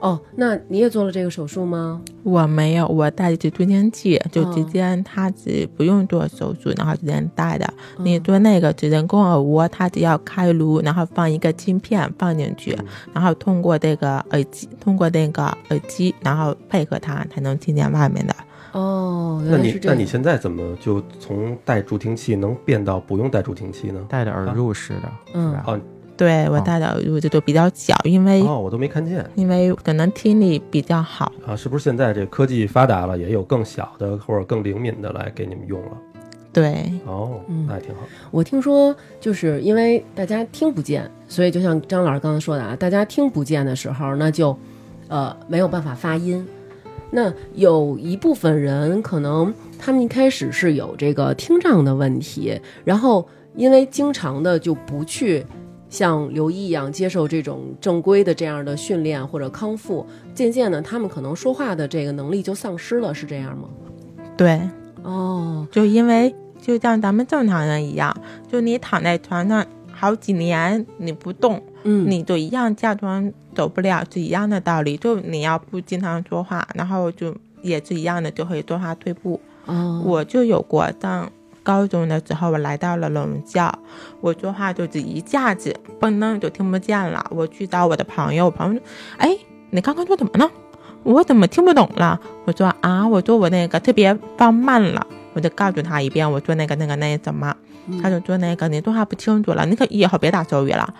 Speaker 1: 哦，那你也做了这个手术吗？
Speaker 4: 我没有，我带着助听器，就
Speaker 1: 哦
Speaker 4: 直接它是不用做手术，然后直接带的。你
Speaker 1: 嗯
Speaker 4: 做那个只人工耳蜗，它只要开颅，然后放一个晶片放进去，然后通过这个耳机，通过那个耳机，然后配合它才能听见外面的。
Speaker 1: 哦，
Speaker 2: 那
Speaker 1: 原来是
Speaker 2: 你
Speaker 1: 这
Speaker 2: 那
Speaker 1: 样。
Speaker 2: 你现在怎么就从带助听器能变到不用带助听器呢？
Speaker 3: 戴的耳入式的，
Speaker 1: 嗯
Speaker 3: 是吧？
Speaker 2: 哦
Speaker 4: 对我
Speaker 3: 哦
Speaker 4: 戴的耳入这就比较小，因
Speaker 3: 哎
Speaker 4: 为、
Speaker 2: 哦，我都没看见
Speaker 4: 因为可能听力比较好，
Speaker 2: 啊，是不是现在这科技发达了，也有更小的或者更灵敏的来给你们用了？
Speaker 4: 对，
Speaker 2: 哦，
Speaker 1: 嗯
Speaker 2: 那还挺好。
Speaker 1: 我听说，就是因为大家听不见，所以就像张老师刚才说的啊，大家听不见的时候，那就，呃，没有办法发音。那有一部分人可能他们一开始是有这个听障的问题，然后因为经常的就不去像刘一一样接受这种正规的这样的训练或者康复，渐渐的他们可能说话的这个能力就丧失了，是这样吗？
Speaker 4: 对，
Speaker 1: 哦，
Speaker 4: 就因为就像咱们正常人一样，就你躺在床上好几年你不动，
Speaker 1: 嗯，
Speaker 4: 你就一样假装走不了，是一样的道理。就你要不经常说话，然后就也是一样的，就会多发退步。
Speaker 1: 哦，
Speaker 4: 我就有过，上高中的时候，我来到了聋教，我说话就是一下子嘣噔就听不见了。我去找我的朋友，我朋友说：“哎，你刚刚说什么呢？我怎么听不懂了？”我说：“啊，我说我那个特别放慢了。”我就告诉他一遍，我说那个那个那什么，
Speaker 1: 嗯
Speaker 4: 他就说那个你说话不清楚了，你可以后别打手语了，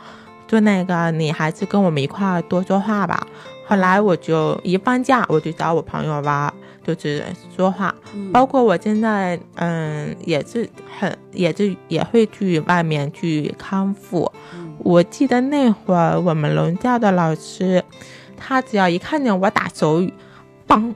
Speaker 4: 说那个你还是跟我们一块儿多说话吧。后来我就一放假，我就找我朋友玩儿，就是说话，
Speaker 1: 嗯
Speaker 4: 包括我现在，嗯，也是很，也是也会去外面去康复。我记得那会儿我们聋教的老师，他只要一看见我打手语，梆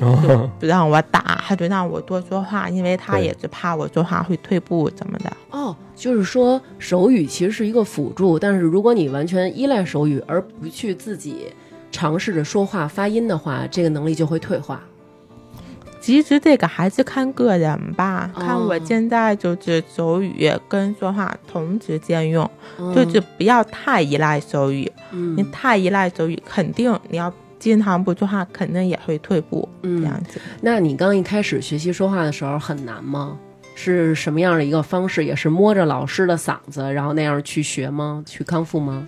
Speaker 2: 哦，
Speaker 4: 不让我打，他就让我多说话，因为他
Speaker 2: 对
Speaker 4: 也是怕我说话会退步怎么的。
Speaker 1: 哦，就是说手语其实是一个辅助，但是如果你完全依赖手语而不去自己尝试着说话发音的话，这个能力就会退化。
Speaker 4: 其实这个还是看个人吧，
Speaker 1: 哦
Speaker 4: 看我现在就是手语跟说话同时兼用，
Speaker 1: 嗯、
Speaker 4: 就是不要太依赖手语。你
Speaker 1: 嗯，
Speaker 4: 太依赖手语，肯定你要经常不说话，肯定也会退步。这
Speaker 1: 嗯
Speaker 4: 样子，
Speaker 1: 那你刚一开始学习说话的时候很难吗？是什么样的一个方式？也是摸着老师的嗓子，然后那样去学吗？去康复吗？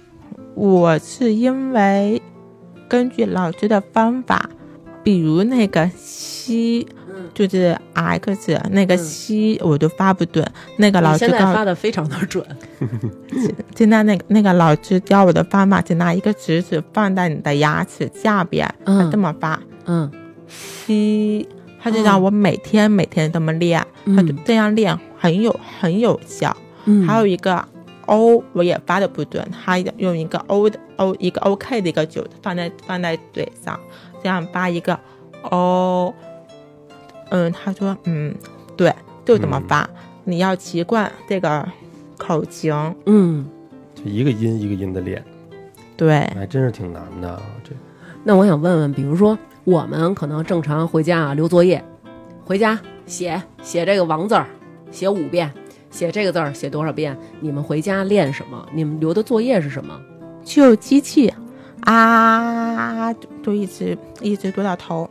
Speaker 4: 我是因为根据老师的方法，比如那个西
Speaker 1: 嗯，
Speaker 4: 就是 X 那个
Speaker 1: 嗯
Speaker 4: 西，我就发不准。那个老
Speaker 1: 你
Speaker 4: 师
Speaker 1: 现在
Speaker 4: 告
Speaker 1: 发的非常的准。
Speaker 4: 现在那个那个老师教我的方法是拿一个食指放在你的牙齿下边，
Speaker 1: 嗯
Speaker 4: 这么发
Speaker 1: 嗯
Speaker 4: 西，他就让我每天每天这么练，他就
Speaker 1: 嗯
Speaker 4: 这样练很有很有效。
Speaker 1: 嗯，
Speaker 4: 还有一个 O 我也发的不准，他用一个 O 的 O 一个 OK 的一个九放在放在嘴上，这样发一个 O。嗯，他说嗯，对，就这么发，你要习惯这个口型，
Speaker 1: 嗯。
Speaker 2: 就一个音一个音的练，
Speaker 4: 对，
Speaker 2: 还真是挺难的。啊这
Speaker 3: 啊
Speaker 1: 那我想问问，比如说我们可能正常回家啊留作业，回家写写这个王字儿，写五遍，写这个字儿写多少遍？你们回家练什么？你们留的作业是什么？
Speaker 4: 就机器啊，就就一直一直读到头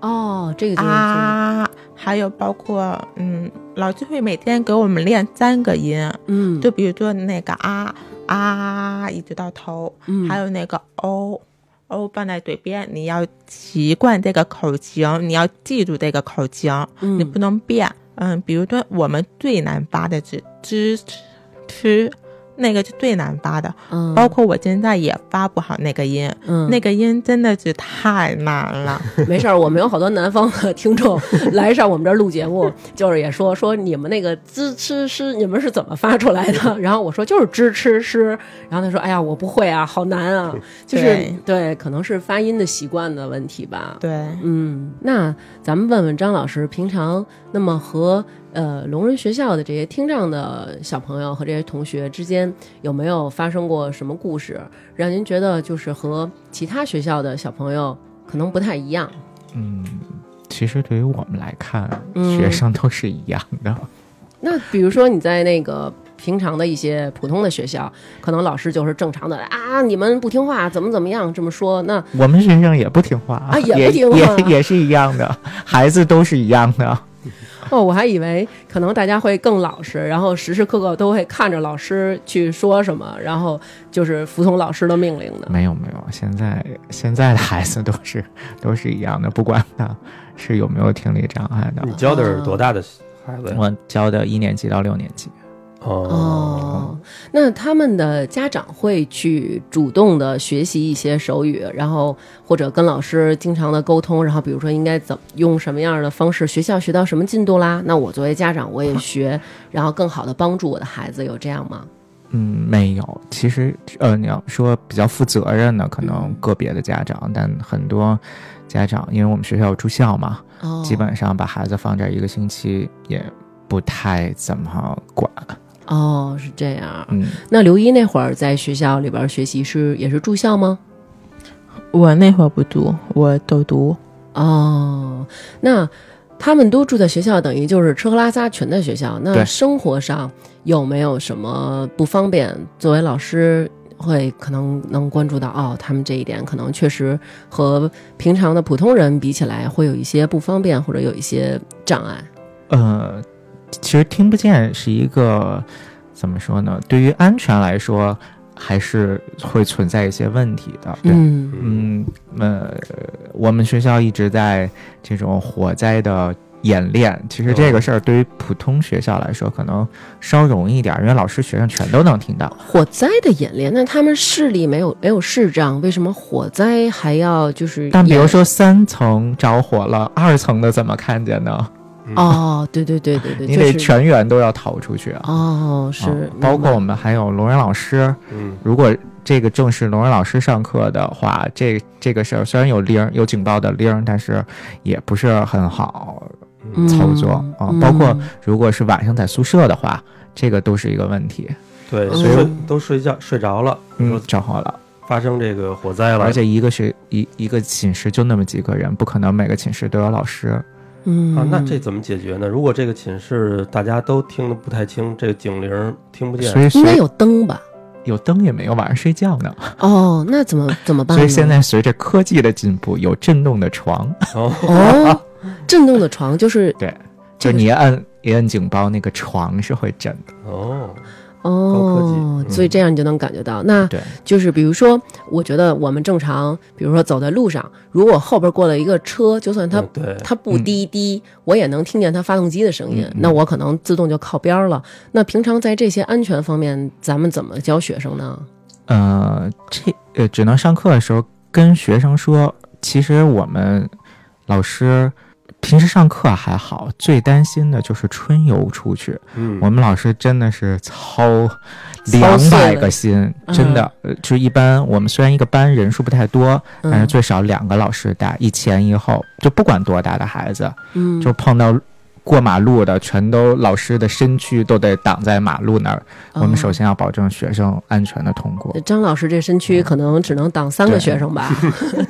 Speaker 1: 哦，这个就是作业、
Speaker 4: 啊，还有包括嗯，老师会每天给我们练三个音，
Speaker 1: 嗯，
Speaker 4: 就比如说那个啊啊，一直到头，
Speaker 1: 嗯，
Speaker 4: 还有那个哦哦放在嘴边，你要习惯这个口型，你要记住这个口型，
Speaker 1: 嗯
Speaker 4: 你不能变。嗯，比如说我们最难发的是知吃，那个是最难发的，
Speaker 1: 嗯
Speaker 4: 包括我现在也发不好那个音。
Speaker 1: 嗯
Speaker 4: 那个音真的是太难
Speaker 1: [LAUGHS]
Speaker 4: 了，
Speaker 1: 没事儿，我们有好多南方的听众来上我们这儿录节目， [LAUGHS] 就是也说说你们那个吱吱吱，你们是怎么发出来的？ [LAUGHS] 然后我说就是吱吱吱，然后他说哎呀我不会啊，好难啊，就是
Speaker 4: 对
Speaker 1: 对，可能是发音的习惯的问题吧。
Speaker 4: 对，
Speaker 1: 嗯，那咱们问问张老师，平常那么和呃聋人学校的这些听障的小朋友和这些同学之间，有没有发生过什么故事，让您觉得就是和其他学校的小朋友可能不太一样？
Speaker 3: 嗯，其实对于我们来看，
Speaker 1: 嗯
Speaker 3: 学生都是一样的。
Speaker 1: 那比如说你在那个平常的一些普通的学校，可能老师就是正常的啊，你们不听话，怎么怎么样这么说？那
Speaker 3: 我们学生也不听话
Speaker 1: 啊也不听话
Speaker 3: 也也是一样的， [LAUGHS] 孩子都是一样的。
Speaker 1: 哦，我还以为可能大家会更老实，然后时时刻刻都会看着老师去说什么，然后就是服从老师的命令的。
Speaker 3: 没有没有，现在现在的孩子都是 [LAUGHS] 都是一样的，不管他是有没有听力障碍的
Speaker 2: 你。教的是多大的孩子呀？
Speaker 3: 哦我教的一年级到六年级，
Speaker 2: 哦，
Speaker 1: 哦，那他们的家长会去主动的学习一些手语，然后或者跟老师经常的沟通，然后比如说应该怎么用什么样的方式，学校学到什么进度啦？那我作为家长我也学，然后更好的帮助我的孩子，有这样吗？
Speaker 3: 嗯，没有。其实，呃，你要说比较负责任的，可能
Speaker 1: 嗯
Speaker 3: 个别的家长，但很多家长，因为我们学校有住校嘛，
Speaker 1: 哦，
Speaker 3: 基本上把孩子放这儿一个星期，也不太怎么管。
Speaker 1: 哦是这样。
Speaker 3: 嗯，
Speaker 1: 那刘一那会儿在学校里边学习是也是住校吗？
Speaker 4: 我那会儿不读，我走读。
Speaker 1: 哦，那他们都住在学校，等于就是吃喝拉撒全在学校。那
Speaker 3: 对
Speaker 1: 生活上有没有什么不方便？作为老师会可能能关注到哦，他们这一点可能确实和平常的普通人比起来会有一些不方便，或者有一些障碍。
Speaker 3: 呃，其实听不见是一个怎么说呢？对于安全来说，还是会存在一些问题的。对，
Speaker 1: 嗯
Speaker 3: 嗯，呃，我们学校一直在这种火灾的演练。其实这个事儿对于普通学校来说，可能稍容易一点，因为老师、学生全都能听到。
Speaker 1: 火灾的演练，那他们视力没有没有视障，为什么火灾还要就是？
Speaker 3: 但比如。说三层着火了，二层的怎么看见呢？
Speaker 2: 嗯
Speaker 1: 哦，对对对对对，
Speaker 3: 你
Speaker 1: 就
Speaker 3: 得
Speaker 1: 是
Speaker 3: 全员都要逃出去啊！
Speaker 1: 哦，
Speaker 3: 啊
Speaker 1: 是
Speaker 3: 包括我
Speaker 1: 明白
Speaker 3: 们还有聋人老师，
Speaker 2: 嗯
Speaker 3: 如果这个正是聋人老师上课的话，这这个事儿虽然有铃儿有警报的铃儿，但是也不是很好。
Speaker 1: 嗯
Speaker 3: 操作啊包括
Speaker 1: 嗯
Speaker 3: 如果是晚上在宿舍的话，这个都是一个问题。
Speaker 2: 对，
Speaker 1: 所以
Speaker 2: 睡都睡觉睡着了，
Speaker 3: 嗯
Speaker 2: 说，
Speaker 3: 着火了，
Speaker 2: 发生这个火灾了，
Speaker 3: 而且一个学一一个寝室就那么几个人，不可能每个寝室都有老师。
Speaker 1: 嗯
Speaker 2: 啊，那这怎么解决呢？如果这个寝室大家都听得不太清，这个警铃儿听不见
Speaker 3: 所，以
Speaker 1: 应该
Speaker 3: 随
Speaker 1: 有灯吧？
Speaker 3: 有灯也没有，晚上睡觉呢。
Speaker 1: 哦，那怎么怎么办呢？
Speaker 3: 所以现在随着科技的进步，有震动的床，
Speaker 2: 然后
Speaker 3: [LAUGHS]
Speaker 1: 哦，震动的床就是
Speaker 3: 对，
Speaker 1: 这
Speaker 3: 就
Speaker 1: 个
Speaker 3: 你一按一按警报，那个床是会震的。
Speaker 2: 哦，
Speaker 1: 哦
Speaker 2: 高科，技嗯
Speaker 1: 所以这样你就能感觉到。那
Speaker 3: 对，
Speaker 1: 就是比如说，我觉得我们正常，比如说走在路上，如果后边过了一个车，就算它
Speaker 2: 嗯对，
Speaker 1: 它不滴滴，我也能听见它发动机的声音
Speaker 3: 嗯，嗯
Speaker 1: 那我可能自动就靠边儿了。那平常在这些安全方面，咱们怎么教学生呢？
Speaker 3: 呃，这呃，只能上课的时候跟学生说，其实我们老师平时上课还好，最担心的就是春游出去。
Speaker 2: 嗯，
Speaker 3: 我们老师真的是操
Speaker 1: 操
Speaker 3: 两
Speaker 1: 碎了
Speaker 3: 百个心，
Speaker 1: 嗯
Speaker 3: 真的，呃就一般我们虽然一个班人数不太多，但是
Speaker 1: 嗯
Speaker 3: 最少两个老师带，一前一后，就不管多大的孩子，
Speaker 1: 嗯，
Speaker 3: 就碰到。过马路的全都老师的身躯都得挡在马路那儿，我们
Speaker 1: 哦
Speaker 3: 首先要保证学生安全的通过。
Speaker 1: 张老师这身躯可能只能挡三个
Speaker 3: 对
Speaker 1: 学生吧，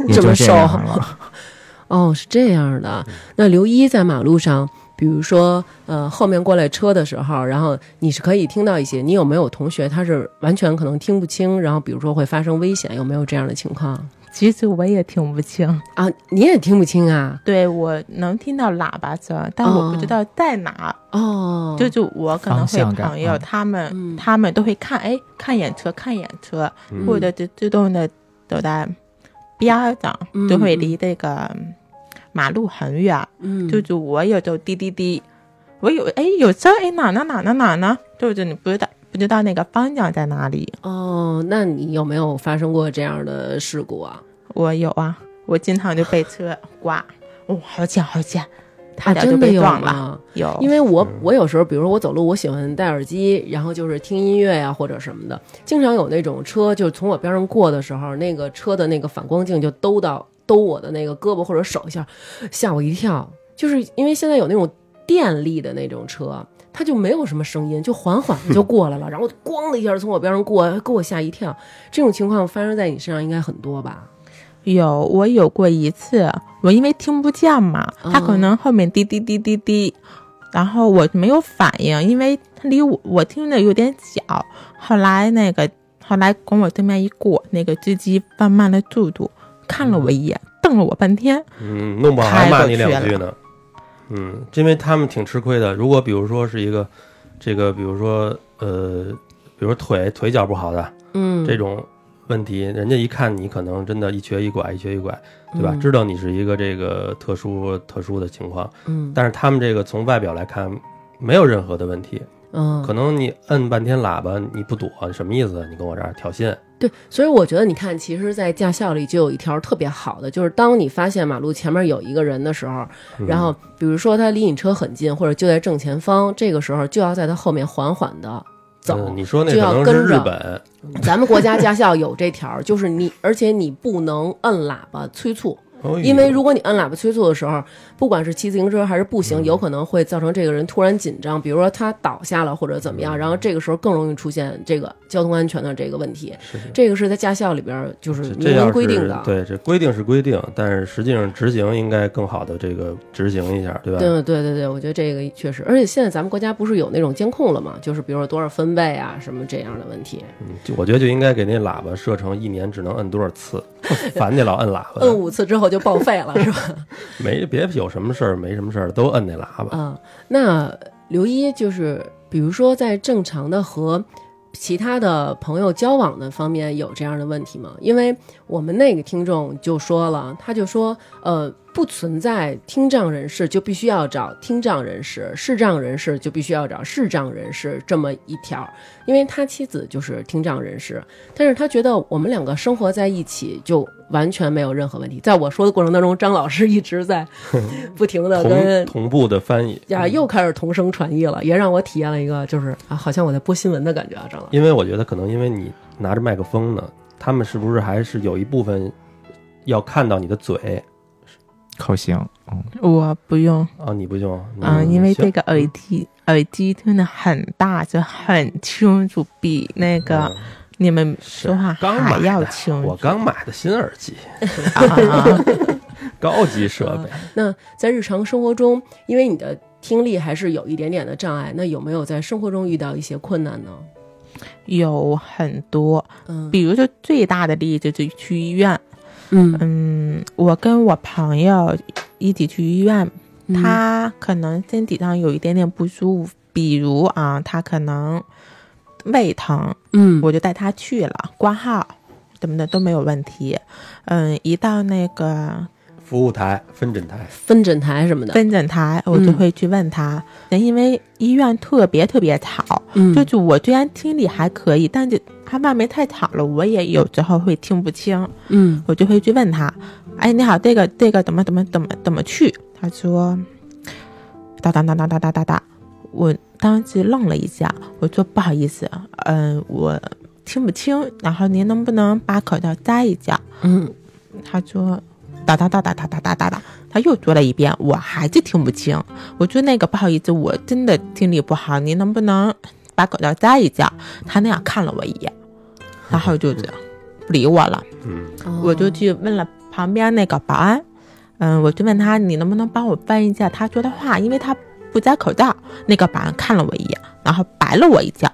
Speaker 3: 也
Speaker 1: 这
Speaker 3: 就
Speaker 1: 么
Speaker 3: 这
Speaker 1: 瘦。
Speaker 3: 样了。
Speaker 1: [LAUGHS] 哦，是这样的。那刘一在马路上，比如说呃后面过来车的时候，然后你是可以听到一些。你有没有同学他是完全可能听不清，然后比如说会发生危险，有没有这样的情况
Speaker 4: 其实我也听不清，
Speaker 1: 啊？你也听不清啊？
Speaker 4: 对我能听到喇叭声，但我不知道在哪。
Speaker 1: 哦，
Speaker 4: 就就我可能
Speaker 3: 方
Speaker 4: 会
Speaker 3: 向感
Speaker 4: 朋友
Speaker 3: 嗯
Speaker 4: 他们、
Speaker 1: 嗯
Speaker 4: 他们都会看，哎，看眼车，看眼车，
Speaker 2: 嗯
Speaker 4: 或者就自动的走在边上，
Speaker 1: 嗯
Speaker 4: 就会离这个马路很远。
Speaker 1: 嗯，
Speaker 4: 就是我有就滴滴滴，我有哎有车哎哪呢哪呢哪呢，就是你不知道不知道那个方向在哪里。
Speaker 1: 哦，那你有没有发生过这样的事故啊？
Speaker 4: 我有啊，我经常就被车刮，哇、好险好险，差
Speaker 1: 啊，
Speaker 4: 点就
Speaker 1: 真的
Speaker 4: 被
Speaker 1: 有
Speaker 4: 撞了。
Speaker 1: 吗？
Speaker 4: 有，
Speaker 1: 因为我
Speaker 2: 嗯
Speaker 1: 我有时候，比如说我走路，我喜欢戴耳机，然后就是听音乐呀、或者什么的。经常有那种车，就是从我边上过的时候，那个车的那个反光镜就兜到兜我的那个胳膊或者手一下，吓我一跳。就是因为现在有那种电力的那种车，它就没有什么声音，就缓缓的就过来了，然后咣的一下从我边上过，给我吓一跳。这种情况发生在你身上应该很多吧？
Speaker 4: 有，我有过一次，我因为听不见嘛，他可
Speaker 1: 嗯
Speaker 4: 能后面滴滴滴滴滴，然后我没有反应，因为他离我我听的有点小。后来那个后来跟我对面一过，那个司机放慢了速度，看了我一眼，瞪了我半天。
Speaker 2: 嗯，弄不好还骂你两句呢。嗯，因为他们挺吃亏的。如果比如说是一个，这个比如说呃，比如说腿腿脚不好的
Speaker 1: 嗯，
Speaker 2: 这种问题，人家一看你可能真的一瘸一拐，一瘸一拐，对吧？
Speaker 1: 嗯
Speaker 2: 知道你是一个这个特殊特殊的情况，
Speaker 1: 嗯
Speaker 2: 但是他们这个从外表来看没有任何的问题，
Speaker 1: 嗯，
Speaker 2: 可能你摁半天喇叭你不躲，什么意思？你跟我这儿挑衅？
Speaker 1: 对，所以我觉得你看，其实，在驾校里就有一条特别好的，就是当你发现马路前面有一个人的时候，
Speaker 2: 嗯
Speaker 1: 然后比如说他离你车很近，或者就在正前方，这个时候就要在他后面缓缓的
Speaker 2: 嗯
Speaker 1: 走。
Speaker 2: 你说那
Speaker 1: 就要
Speaker 2: 可能是
Speaker 1: 跟着
Speaker 2: 日本，
Speaker 1: 咱们国家驾校有这条，就是你，而且你不能摁喇叭催促，
Speaker 2: 哦
Speaker 1: 因为如果你按喇叭催促的时候，不管是骑自行车还是步
Speaker 2: 嗯
Speaker 1: 行，有可能会造成这个人突然紧张，比如说他倒下了或者怎么
Speaker 2: 嗯
Speaker 1: 样，然后这个时候更容易出现这个交通安全的这个问题。
Speaker 2: 是是
Speaker 1: 这个是在驾校里边就是
Speaker 2: 这这
Speaker 1: 嗯明
Speaker 2: 要
Speaker 1: 文
Speaker 2: 是
Speaker 1: 规定的。啊
Speaker 2: 对，这规定是规定，但是实际上执行应该更好的这个执行一下，对吧？
Speaker 1: 对对对对，我觉得这个确实，而且现在咱们国家不是有那种监控了嘛，就是比如说多少分贝啊，什么这样的问题，
Speaker 2: 嗯，就我觉得就应该给那喇叭设成一年只能摁多少
Speaker 1: [LAUGHS]
Speaker 2: 次，烦你老摁喇叭，
Speaker 1: 摁五次之后就报废了，是吧？
Speaker 2: 没别有什么事儿没什么事儿都摁那喇叭。
Speaker 1: 啊、那刘一就是，比如说在正常的和其他的朋友交往的方面有这样的问题吗？因为我们那个听众就说了，他就说，呃，不存在听障人士就必须要找听障人士，视障人士就必须要找视障人士这么一条，因为他妻子就是听障人士，但是他觉得我们两个生活在一起就完全没有任何问题。在我说的过程当中，张老师一直在 [LAUGHS] 不停的
Speaker 2: 同
Speaker 1: 跟
Speaker 2: 同步的翻译，嗯
Speaker 1: 呀，又开始同声传译了，也让我体验了一个就是啊，好像我在播新闻的感觉啊，张老师。
Speaker 2: 因为我觉得可能因为你拿着麦克风呢，他们是不是还是有一部分要看到你的嘴
Speaker 3: 口型，
Speaker 4: 我不用，
Speaker 2: 啊？你不用
Speaker 4: 嗯、因为这
Speaker 2: 这
Speaker 4: 个耳机耳机真的很大，就很清楚，比那个、你们说话
Speaker 2: 嗯刚
Speaker 4: 还
Speaker 2: 买
Speaker 4: 要
Speaker 2: 的
Speaker 4: 清
Speaker 2: 嗯
Speaker 4: 楚。
Speaker 2: 我刚买的新耳机，
Speaker 1: [LAUGHS]
Speaker 4: 啊啊啊
Speaker 2: 高级设备。
Speaker 1: 那在日常生活中，因为你的听力还是有一点点的障碍，那有没有在生活中遇到一些困难呢？
Speaker 4: 有很多，
Speaker 1: 嗯
Speaker 4: 比如说最大的例子就是去医院。
Speaker 1: 嗯，
Speaker 4: 嗯，我跟我朋友一起去医院，
Speaker 1: 嗯
Speaker 4: 他可能身体上有一点点不舒服，比如啊，他可能胃疼，
Speaker 1: 嗯
Speaker 4: 我就带他去了挂号，什么的都没有问题。嗯，一到那个
Speaker 2: 服务台、分诊台，
Speaker 1: 分诊台什么的，
Speaker 4: 分诊台，我就
Speaker 1: 嗯
Speaker 4: 会去问他，因为医院特别特别吵，
Speaker 1: 嗯
Speaker 4: 就是我虽然听力还可以，但是他外面太吵了，我也有时候会听不清，
Speaker 1: 嗯
Speaker 4: 我就会去问他，哎，你好，这个这个怎么怎么怎么怎么去？他说，哒哒哒哒哒哒哒哒，我当时愣了一下，我说不好意思，嗯、我听不清，然后您能不能把口罩摘一下？
Speaker 1: 嗯
Speaker 4: 他说哒哒哒哒哒哒哒哒哒，他又说了一遍，我还是听不清。我说那个不好意思，我真的听力不好，你能不能把口罩摘一下？他那样看了我一眼，然后就这样不理我了。
Speaker 2: 嗯，
Speaker 4: 我
Speaker 1: 哦
Speaker 4: 就去问了旁边那个保安，嗯，我就问他你能不能帮我翻译一下他说的话，因为他不摘口罩。那个保安看了我一眼，然后白了我一下，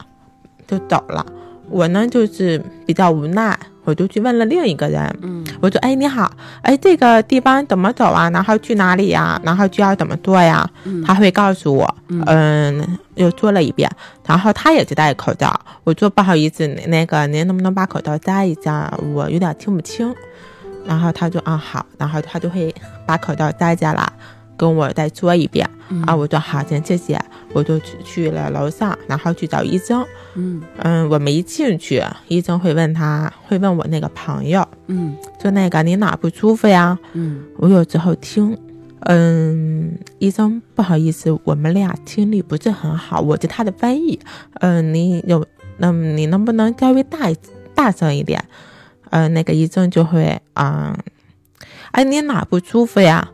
Speaker 4: 就走了。我呢就是比较无奈，我就去问了另一个人，
Speaker 1: 嗯
Speaker 4: 我说：“哎，你好，哎，这个地方怎么走啊？然后去哪里呀、然后就要怎么做呀？”
Speaker 1: 嗯
Speaker 4: 他会告诉我，
Speaker 1: 嗯
Speaker 4: 嗯，又说了一遍。然后他也是戴口罩。我说：“不好意思，那那个您能不能把口罩摘一下？我有点听不清。”然后他就啊好，然后他就会把口罩摘下来，跟我再说一遍
Speaker 1: 哦嗯
Speaker 4: 啊。我说好，行，谢谢。我就去去了楼上，然后去找医生。
Speaker 1: 嗯
Speaker 4: 嗯，我们一进去，医生会问他，会问我那个朋友，
Speaker 1: 嗯
Speaker 4: 就那个你哪不舒服呀？
Speaker 1: 嗯
Speaker 4: 我有时候听，嗯，医生不好意思，我们俩听力不是很好，我是他的翻译，嗯，你有，嗯，你能不能稍微大一大声一点？嗯，那个医生就会，嗯，哎，你哪不舒服呀？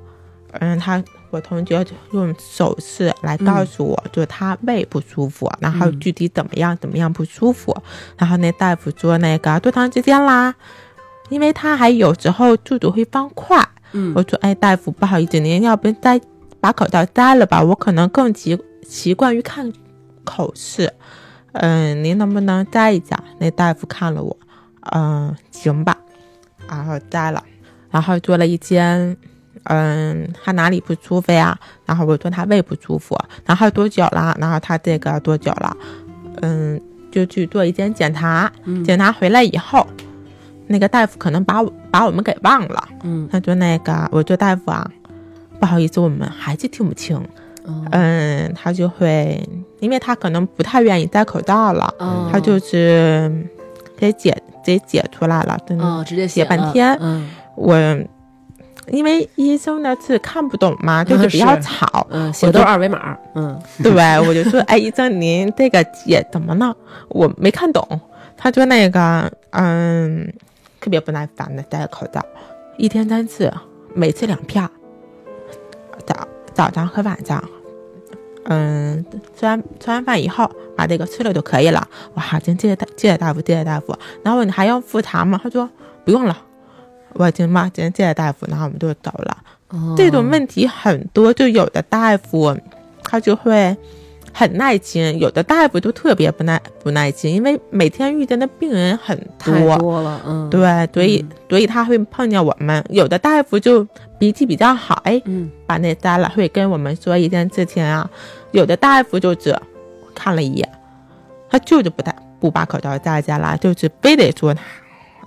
Speaker 4: 嗯，他我同学就用手势来告诉我，就是他胃不舒服，然后具体怎么样怎么样不舒服，然后那大夫说那个多长时间啦？因为他还有时候速度会放快，
Speaker 1: 嗯
Speaker 4: 我说：“哎，大夫，不好意思，您要不再把口罩摘了吧？我可能更习习惯于看口试。嗯，您能不能摘一下？”那大夫看了我，嗯，行吧，然后摘了，然后做了一间。嗯，他哪里不舒服呀？然后我说他胃不舒服，然后多久了？然后他这个多久了？嗯，就去做一间检查，
Speaker 1: 嗯
Speaker 4: 检查回来以后，那个大夫可能把我把我们给忘了，
Speaker 1: 嗯
Speaker 4: 他就那个，我就大夫啊，不好意思，我们还是听不清。嗯，他就会，因为他可能不太愿意戴口罩了，
Speaker 1: 哦，
Speaker 4: 他就是直接解直接解出来了。真的，
Speaker 1: 哦直接
Speaker 4: 写半
Speaker 1: 了
Speaker 4: 天
Speaker 1: 嗯
Speaker 4: 我因为医生呢是看不懂嘛，就是
Speaker 1: 嗯
Speaker 4: 比较
Speaker 1: 是
Speaker 4: 吵，
Speaker 1: 嗯，写的都是二维码，嗯
Speaker 4: 对我就说，哎，医生您这个解怎么了？我没看懂。他说那个，嗯，特别不耐烦的戴口罩，一天三次，每次两票，早早上和晚上。嗯，吃完吃完饭以后把这个吃了就可以了。我好，真谢谢大谢谢大夫，谢谢大夫。然后你还要复查吗？他说不用了。我已经骂，今天谢谢大夫，然后我们就走了。
Speaker 1: 哦
Speaker 4: 这种问题很多，就有的大夫他就会很耐心，有的大夫就特别不耐不耐心，因为每天遇见的病人很
Speaker 1: 哦太多了，嗯，，
Speaker 4: 对，所以、所以他会碰见我们。有的大夫就脾气比较好，哎，
Speaker 1: 嗯，
Speaker 4: 把那摘了，会跟我们说一件事情啊。有的大夫就只看了一眼，他就是不戴不把口罩摘下来，就是非得说他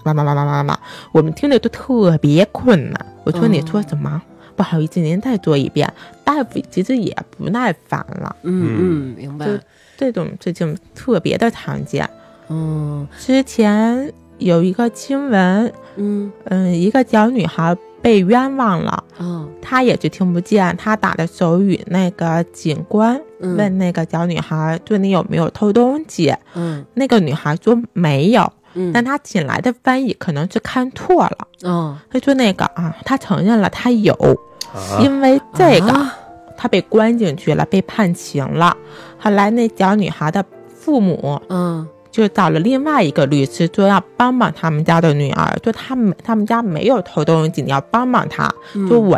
Speaker 4: 啊妈妈妈妈妈妈，我们听着都特别困难。我说你说什么？不好意思，您再说一遍。大夫其实也不耐烦了，
Speaker 1: 嗯嗯，明白，
Speaker 4: 就这种事情特别的常见。
Speaker 1: 嗯
Speaker 4: 之前有一个新闻，
Speaker 1: 嗯
Speaker 4: 嗯，一个小女孩被冤枉了，
Speaker 1: 哦，
Speaker 4: 她也是听不见，她打的手语。那个警官
Speaker 1: 嗯
Speaker 4: 问那个小女孩，说你有没有偷东西？
Speaker 1: 嗯
Speaker 4: 那个女孩说没有，
Speaker 1: 嗯，
Speaker 4: 但她请来的翻译可能是看错了。
Speaker 1: 哦，
Speaker 4: 她说那个啊，她承认了，她有，
Speaker 2: 啊，
Speaker 4: 因为这个、
Speaker 1: 啊
Speaker 4: 她被关进去了，被判刑了。后来那小女孩的父母
Speaker 1: 嗯
Speaker 4: 就找了另外一个律师，说要帮帮他们家的女儿，说他们他们家没有偷东西，你要帮帮她。
Speaker 1: 嗯
Speaker 4: 就我，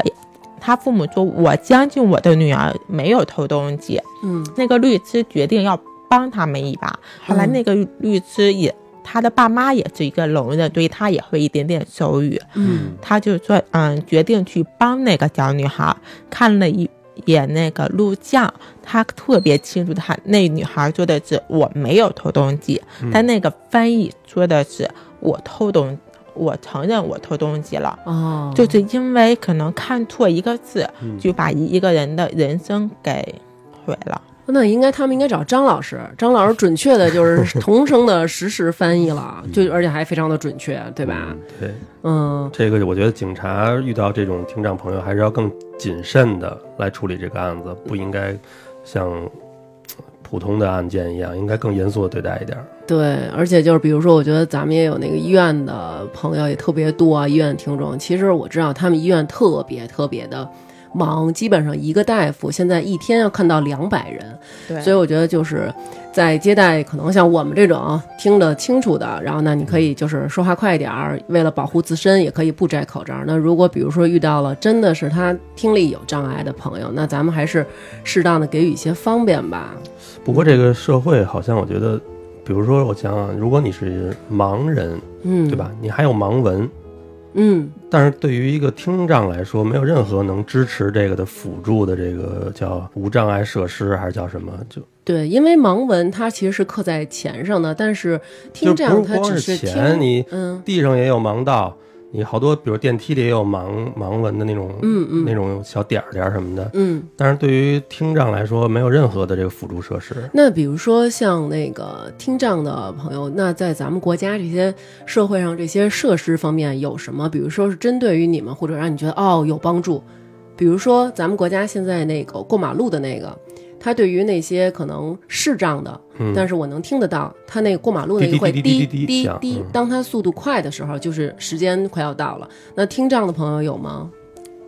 Speaker 4: 他父母说，我相信我的女儿没有偷东西。
Speaker 1: 嗯
Speaker 4: 那个律师决定要帮他们一把。后来
Speaker 1: 嗯
Speaker 4: 那个律师也，他的爸妈也是一个聋人，所以他也会一点点手语。
Speaker 1: 嗯
Speaker 4: 他就说，嗯，决定去帮那个小女孩。看了一眼那个录像，他特别清楚她，他那女孩说的是我没有偷东西，
Speaker 2: 嗯
Speaker 4: 但那个翻译说的是我偷东，我承认我偷东西了。
Speaker 1: 哦，
Speaker 4: 就是因为可能看错一个字，
Speaker 2: 嗯
Speaker 4: 就把一一个人的人生给毁了。
Speaker 1: 那应该他们应该找张老师，张老师准确的就是 [LAUGHS] 童声的实时翻译了，就而且还非常的准确，对吧？
Speaker 2: 嗯对，
Speaker 1: 嗯
Speaker 2: 这个我觉得警察遇到这种听障朋友还是要更谨慎的来处理这个案子，不应该像呃普通的案件一样，应该更严肃的对待一点儿。
Speaker 1: 对，而且就是比如说，我觉得咱们也有那个医院的朋友也特别多啊，医院听众。其实我知道他们医院特别特别的忙，基本上一个大夫现在一天要看到两百人，
Speaker 4: 对
Speaker 1: 所以我觉得就是在接待可能像我们这种听得清楚的，然后呢，你可以就是说话快一点儿，为了保护自身，也可以不摘口罩。那如果比如说遇到了真的是他听力有障碍的朋友，那咱们还是适当的给予一些方便吧。
Speaker 2: 不过这个社会好像我觉得，比如说我想想，如果你是盲人，
Speaker 1: 嗯，
Speaker 2: 对？吧？你还有盲文，
Speaker 1: 嗯，
Speaker 2: 但是对于一个听障来说，没有任何能支持这个的辅助的这个叫无障碍设施还是叫什么？就
Speaker 1: 对，因为盲文它其实是刻在钱上的，但是听
Speaker 2: 就不
Speaker 1: 障
Speaker 2: 是
Speaker 1: 它
Speaker 2: 光
Speaker 1: 只
Speaker 2: 是
Speaker 1: 是
Speaker 2: 钱，
Speaker 1: 听，
Speaker 2: 你
Speaker 1: 嗯
Speaker 2: 地上也有盲道，你好多比如电梯里也有盲盲文的那种，
Speaker 1: 嗯嗯
Speaker 2: 那种小点儿点儿什么的。
Speaker 1: 嗯。
Speaker 2: 但是对于听障来说，没有任何的这个辅助设施。
Speaker 1: 那比如说像那个听障的朋友，那在咱们国家这些社会上这些设施方面有什么？比如说是针对于你们，或者让你觉得哦有帮助，比如说咱们国家现在那个过马路的那个，它对于那些可能视障的，
Speaker 2: 嗯，
Speaker 1: 但是我能听得到，它那个过马路那个会
Speaker 2: 滴
Speaker 1: 滴
Speaker 2: 滴滴滴滴滴
Speaker 1: 滴
Speaker 2: 响
Speaker 1: 滴
Speaker 2: 嗯，
Speaker 1: 当它速度快的时候，就是时间快要到了。那听障的朋友有吗？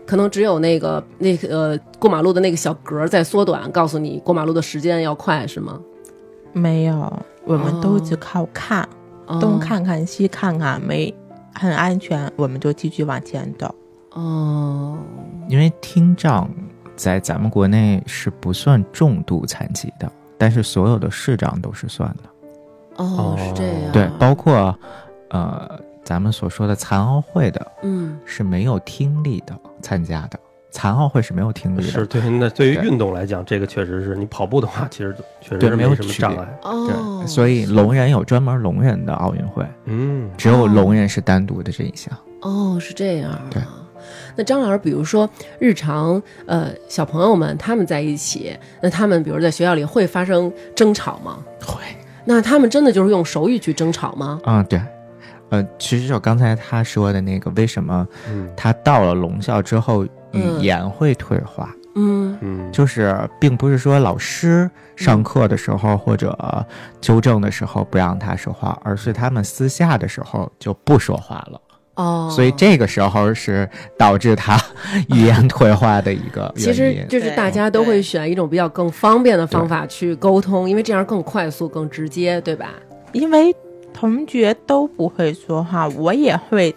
Speaker 1: 可能只有那个那个呃过马路的那个小格儿在缩短，告诉你过马路的时间要快，是吗？
Speaker 4: 没有，我们都只靠看，
Speaker 1: 哦
Speaker 4: 东看看西看看，没很安全，我们就继续往前走。
Speaker 1: 哦，
Speaker 3: 因为听障在咱们国内是不算重度残疾的，但是所有的视障都是算的。
Speaker 1: 哦，是这样，
Speaker 3: 对，包括呃，咱们所说的残奥会的
Speaker 1: 嗯
Speaker 3: 是没有听力的参加的，残奥会是没有听力的，
Speaker 2: 是对，那对于
Speaker 3: 对
Speaker 2: 运动来讲，这个确实是你跑步的话，其实确
Speaker 3: 对
Speaker 2: 实
Speaker 3: 没
Speaker 2: 没
Speaker 3: 有
Speaker 2: 什么
Speaker 3: 区
Speaker 2: 障
Speaker 3: 别
Speaker 2: 碍。
Speaker 1: 哦，
Speaker 3: 对，所以聋人有专门聋人的奥运会，
Speaker 2: 嗯，
Speaker 3: 只
Speaker 1: 啊
Speaker 3: 有聋人是单独的这一项。
Speaker 1: 哦，是这样啊。
Speaker 3: 对
Speaker 1: 那张老师，比如说日常，呃，小朋友们他们在一起，那他们比如在学校里会发生争吵吗？
Speaker 3: 会，
Speaker 1: 那他们真的就是用手语去争吵吗？
Speaker 3: 嗯，对。呃，其实就刚才他说的那个，为什么
Speaker 2: 嗯
Speaker 3: 他到了聋校之后语
Speaker 1: 嗯
Speaker 3: 言会退化？
Speaker 1: 嗯
Speaker 2: 嗯，
Speaker 3: 就是并不是说老师上课的时候或者纠正的时候不让他说话，而是他们私下的时候就不说话了。
Speaker 1: 哦，
Speaker 3: 所以这个时候是导致他语言退化的一
Speaker 1: [LAUGHS]
Speaker 3: 个
Speaker 1: 其
Speaker 3: 原
Speaker 1: 实
Speaker 3: 因。
Speaker 1: 就是大家都会选一种比较更方便的方法去沟通，因为这样更快速、更直接，对吧？
Speaker 4: 因为同学都不会说话，我也会，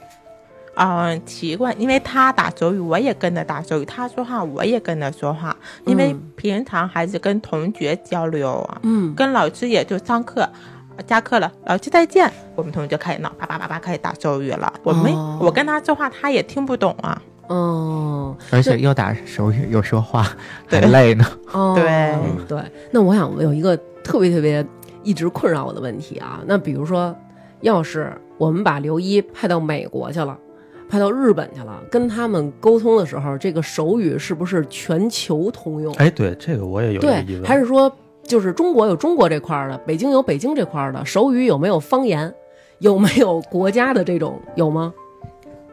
Speaker 4: 嗯、奇怪，因为他打手语，我也跟着打手语；他说话，我也跟着说话。因为
Speaker 1: 嗯
Speaker 4: 平常还是跟同学交流啊，
Speaker 1: 嗯，
Speaker 4: 跟老师也就上课。下课了，老师再见。我们同学就开始闹，叭叭叭叭开始打手语了。我们、
Speaker 1: 哦
Speaker 4: 我跟他说话，他也听不懂啊。
Speaker 1: 哦，
Speaker 3: 而且又打手语又说话，
Speaker 4: 对
Speaker 3: 很累呢。
Speaker 1: 哦，
Speaker 4: 对
Speaker 1: 对。那我想我有一个特别特别一直困扰我的问题啊，那比如说，要是我们把刘一派到美国去了。派到日本去了，跟他们沟通的时候，这个手语是不是全球通用？
Speaker 2: 哎，对，这个我也有一个疑
Speaker 1: 对，
Speaker 2: 问，
Speaker 1: 还是说就是中国有中国这块儿的，北京有北京这块儿的，手语有没有方言？有没有国家的这种有吗？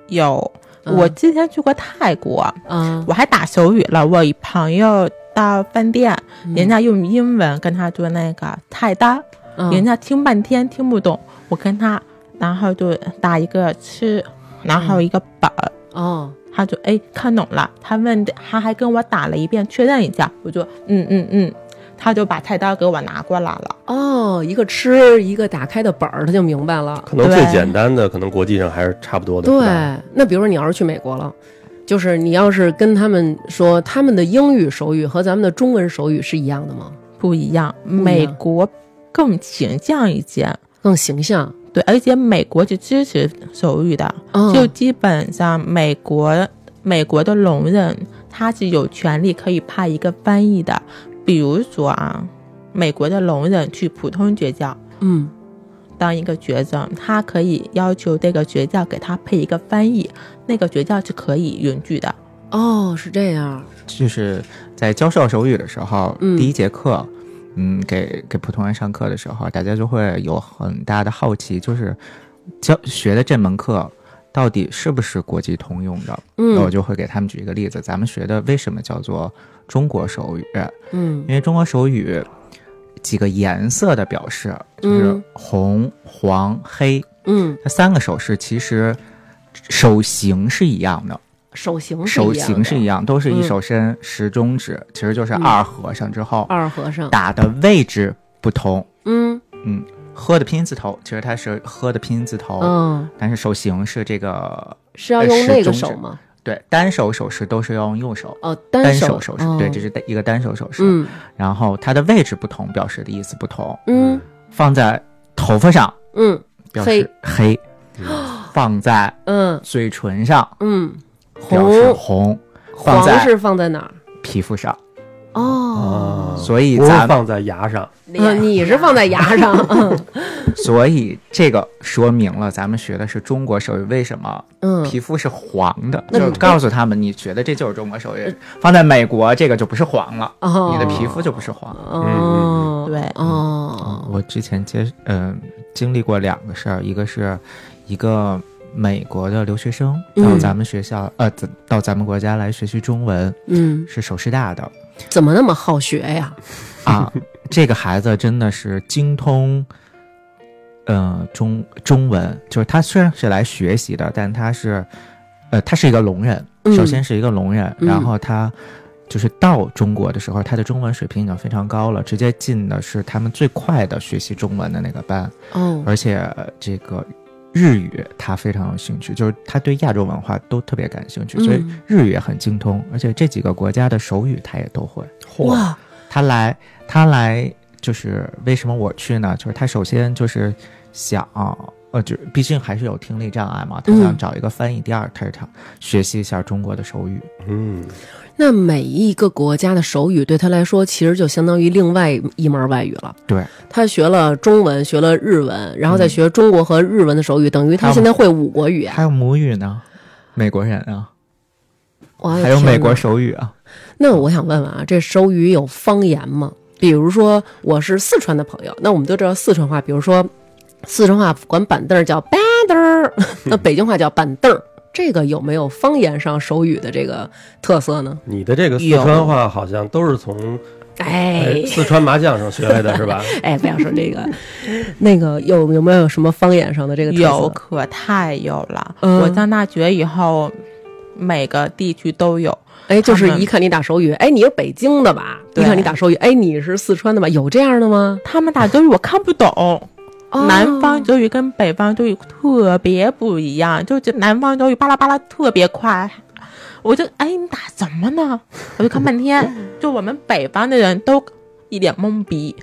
Speaker 4: 有，
Speaker 1: 嗯
Speaker 4: 我之前去过泰国，
Speaker 1: 啊，
Speaker 4: 我还打手语了。我一朋友到饭店，人家用英文跟他做那个菜单，
Speaker 1: 嗯
Speaker 4: 人家听半天听不懂，我跟他，然后就打一个吃，然
Speaker 1: 嗯
Speaker 4: 后一个饱。
Speaker 1: 哦，
Speaker 4: 他就哎看懂了，他问的他还跟我打了一遍确认一下，我就嗯嗯嗯，他就把菜单给我拿过来了。
Speaker 1: 哦，一个吃一个打开的本儿，他就明白了。
Speaker 2: 可能最
Speaker 4: 对
Speaker 2: 简单的，可能国际上还是差不多的。
Speaker 1: 对
Speaker 2: 是吧，
Speaker 1: 那比如说你要是去美国了，就是你要是跟他们说他们的英语手语和咱们的中文手语是一样的吗？
Speaker 4: 不一样，
Speaker 1: 样
Speaker 4: 美国更形象一些，
Speaker 1: 更形象，
Speaker 4: 对，而且美国是支持手语的，
Speaker 1: 哦、
Speaker 4: 就基本上美国美国的聋人他是有权利可以派一个翻译的，比如说啊，美国的聋人去普通学校
Speaker 1: 嗯
Speaker 4: 当一个学生，他可以要求这个学校给他配一个翻译，那个学校是可以允许的。
Speaker 1: 哦是这样，
Speaker 3: 就是在教授手语的时候，
Speaker 1: 嗯
Speaker 3: 第一节课，嗯，给给普通人上课的时候，大家就会有很大的好奇，就是教学的这门课到底是不是国际通用的？那我
Speaker 1: 嗯
Speaker 3: 哦就会给他们举一个例子，咱们学的为什么叫做中国手语？
Speaker 1: 嗯
Speaker 3: 因为中国手语几个颜色的表示，就是
Speaker 1: 嗯
Speaker 3: 红、黄、黑，
Speaker 1: 嗯，
Speaker 3: 它三个手势其实手型是一样的。
Speaker 1: 手型是
Speaker 3: 手
Speaker 1: 一样
Speaker 3: 型是
Speaker 1: 的
Speaker 3: 一样，都是一
Speaker 1: 嗯
Speaker 3: 手伸十中指，其实就是
Speaker 1: 嗯
Speaker 3: 二和尚之后、
Speaker 1: 二和尚，
Speaker 3: 打的位置不同。
Speaker 1: 嗯
Speaker 3: 喝的拼音字头，其实它是喝的拼音字头，
Speaker 1: 嗯，
Speaker 3: 但是手型是这个
Speaker 1: 是要
Speaker 3: 呃
Speaker 1: 用
Speaker 3: 是
Speaker 1: 那个
Speaker 3: 中
Speaker 1: 手
Speaker 3: 指
Speaker 1: 吗？
Speaker 3: 对单手手势呃都是要用右手，
Speaker 1: 哦，
Speaker 3: 单
Speaker 1: 手
Speaker 3: 手势、对，这
Speaker 1: 是
Speaker 3: 是一个单手手势。
Speaker 1: 嗯
Speaker 3: 然后它的位置不同，表示的意思不同。
Speaker 1: 嗯
Speaker 3: 放在头发上
Speaker 1: 嗯
Speaker 3: 表示黑，放在
Speaker 1: 嗯
Speaker 3: 嘴唇上
Speaker 1: 嗯，
Speaker 3: 表示
Speaker 1: 红
Speaker 3: 红，放
Speaker 1: 黄
Speaker 3: 在呃
Speaker 1: 是放在哪儿？
Speaker 3: 皮肤上，
Speaker 1: 哦，
Speaker 3: 嗯所以
Speaker 2: 不是
Speaker 3: 咱们
Speaker 2: 啊放在牙上，
Speaker 1: 嗯你是放在牙
Speaker 3: [LAUGHS]
Speaker 1: 上，嗯
Speaker 3: 所以这个说明了咱们学的是中国手语，为什么
Speaker 1: 嗯，
Speaker 3: 皮肤是黄的？
Speaker 1: 那
Speaker 3: 就
Speaker 1: 你
Speaker 3: 是告诉他们，你觉得这就是中国手语，放在美国这个就不是黄了，
Speaker 1: 哦，
Speaker 3: 你的皮肤就不是黄。
Speaker 1: 哦，
Speaker 4: 嗯嗯嗯对
Speaker 1: 哦，
Speaker 3: 我之前接嗯、经历过两个事儿，一个是一个美国的留学生到
Speaker 1: 嗯
Speaker 3: 咱们学校、呃咱到咱们国家来学习中文，
Speaker 1: 嗯，
Speaker 3: 是首师大的
Speaker 1: 怎么那么好学呀？
Speaker 3: [LAUGHS] 啊，这个孩子真的是精通，呃，中中文，就是他虽然是来学习的，但他是，呃，他是一个聋人，
Speaker 1: 嗯
Speaker 3: 首先是一个聋人，
Speaker 1: 嗯
Speaker 3: 然后他就是到中国的时候，他的中文水平已经非常高了，直接进的是他们最快的学习中文的那个班，
Speaker 1: 哦，
Speaker 3: 而且、呃这个日语他非常有兴趣，就是他对亚洲文化都特别感兴趣，所以
Speaker 1: 嗯
Speaker 3: 日语也很精通，而且这几个国家的手语他也都会。
Speaker 1: 哇，
Speaker 3: 他来，他来就是为什么我去呢？就是他首先就是想，呃，就毕竟还是有听力障碍嘛，他想
Speaker 1: 嗯
Speaker 3: 找一个翻译。第二，他是想学习一下中国的手语。
Speaker 2: 嗯，
Speaker 1: 那每一个国家的手语对他来说，其实就相当于另外一门外语了。
Speaker 3: 对，
Speaker 1: 他学了中文，学了日文，然后再
Speaker 3: 嗯
Speaker 1: 学中国和日文的手语，等于他
Speaker 3: 他
Speaker 1: 现在会五国语啊！
Speaker 3: 还有母语呢，美国人啊，
Speaker 1: 我的
Speaker 3: 还有
Speaker 1: 天
Speaker 3: 美国
Speaker 1: 哪
Speaker 3: 手语啊。
Speaker 1: 那我想问问啊，这手语有方言吗？比如说我是四川的朋友，那我们都知道四川话，比如说四川话管板凳儿叫板凳儿， [LAUGHS] 那北京话叫板凳儿，这个有没有方言上手语的这个特色呢？
Speaker 2: 你的这个四川话好像都是从
Speaker 1: 哎
Speaker 2: 哎，四川麻将上学来的是吧？
Speaker 1: 哎，不要说这个， [LAUGHS] 那个有有没有什么方言上的这个特色
Speaker 4: 有可太有了。
Speaker 1: 嗯
Speaker 4: 我上大学以后，每个地区都有。
Speaker 1: 哎，就是
Speaker 4: 他们
Speaker 1: 一看你打手语，哎，你是北京的吧？一
Speaker 4: 对
Speaker 1: 看你打手语，哎，你是四川的吧？有这样的吗？
Speaker 4: 他们打德语我看不懂，南方德语跟北方德语特别不一样，就是南方德语巴拉巴拉特别快。我就哎，你打什么呢？我就看半天，就我们北方的人都一脸懵逼。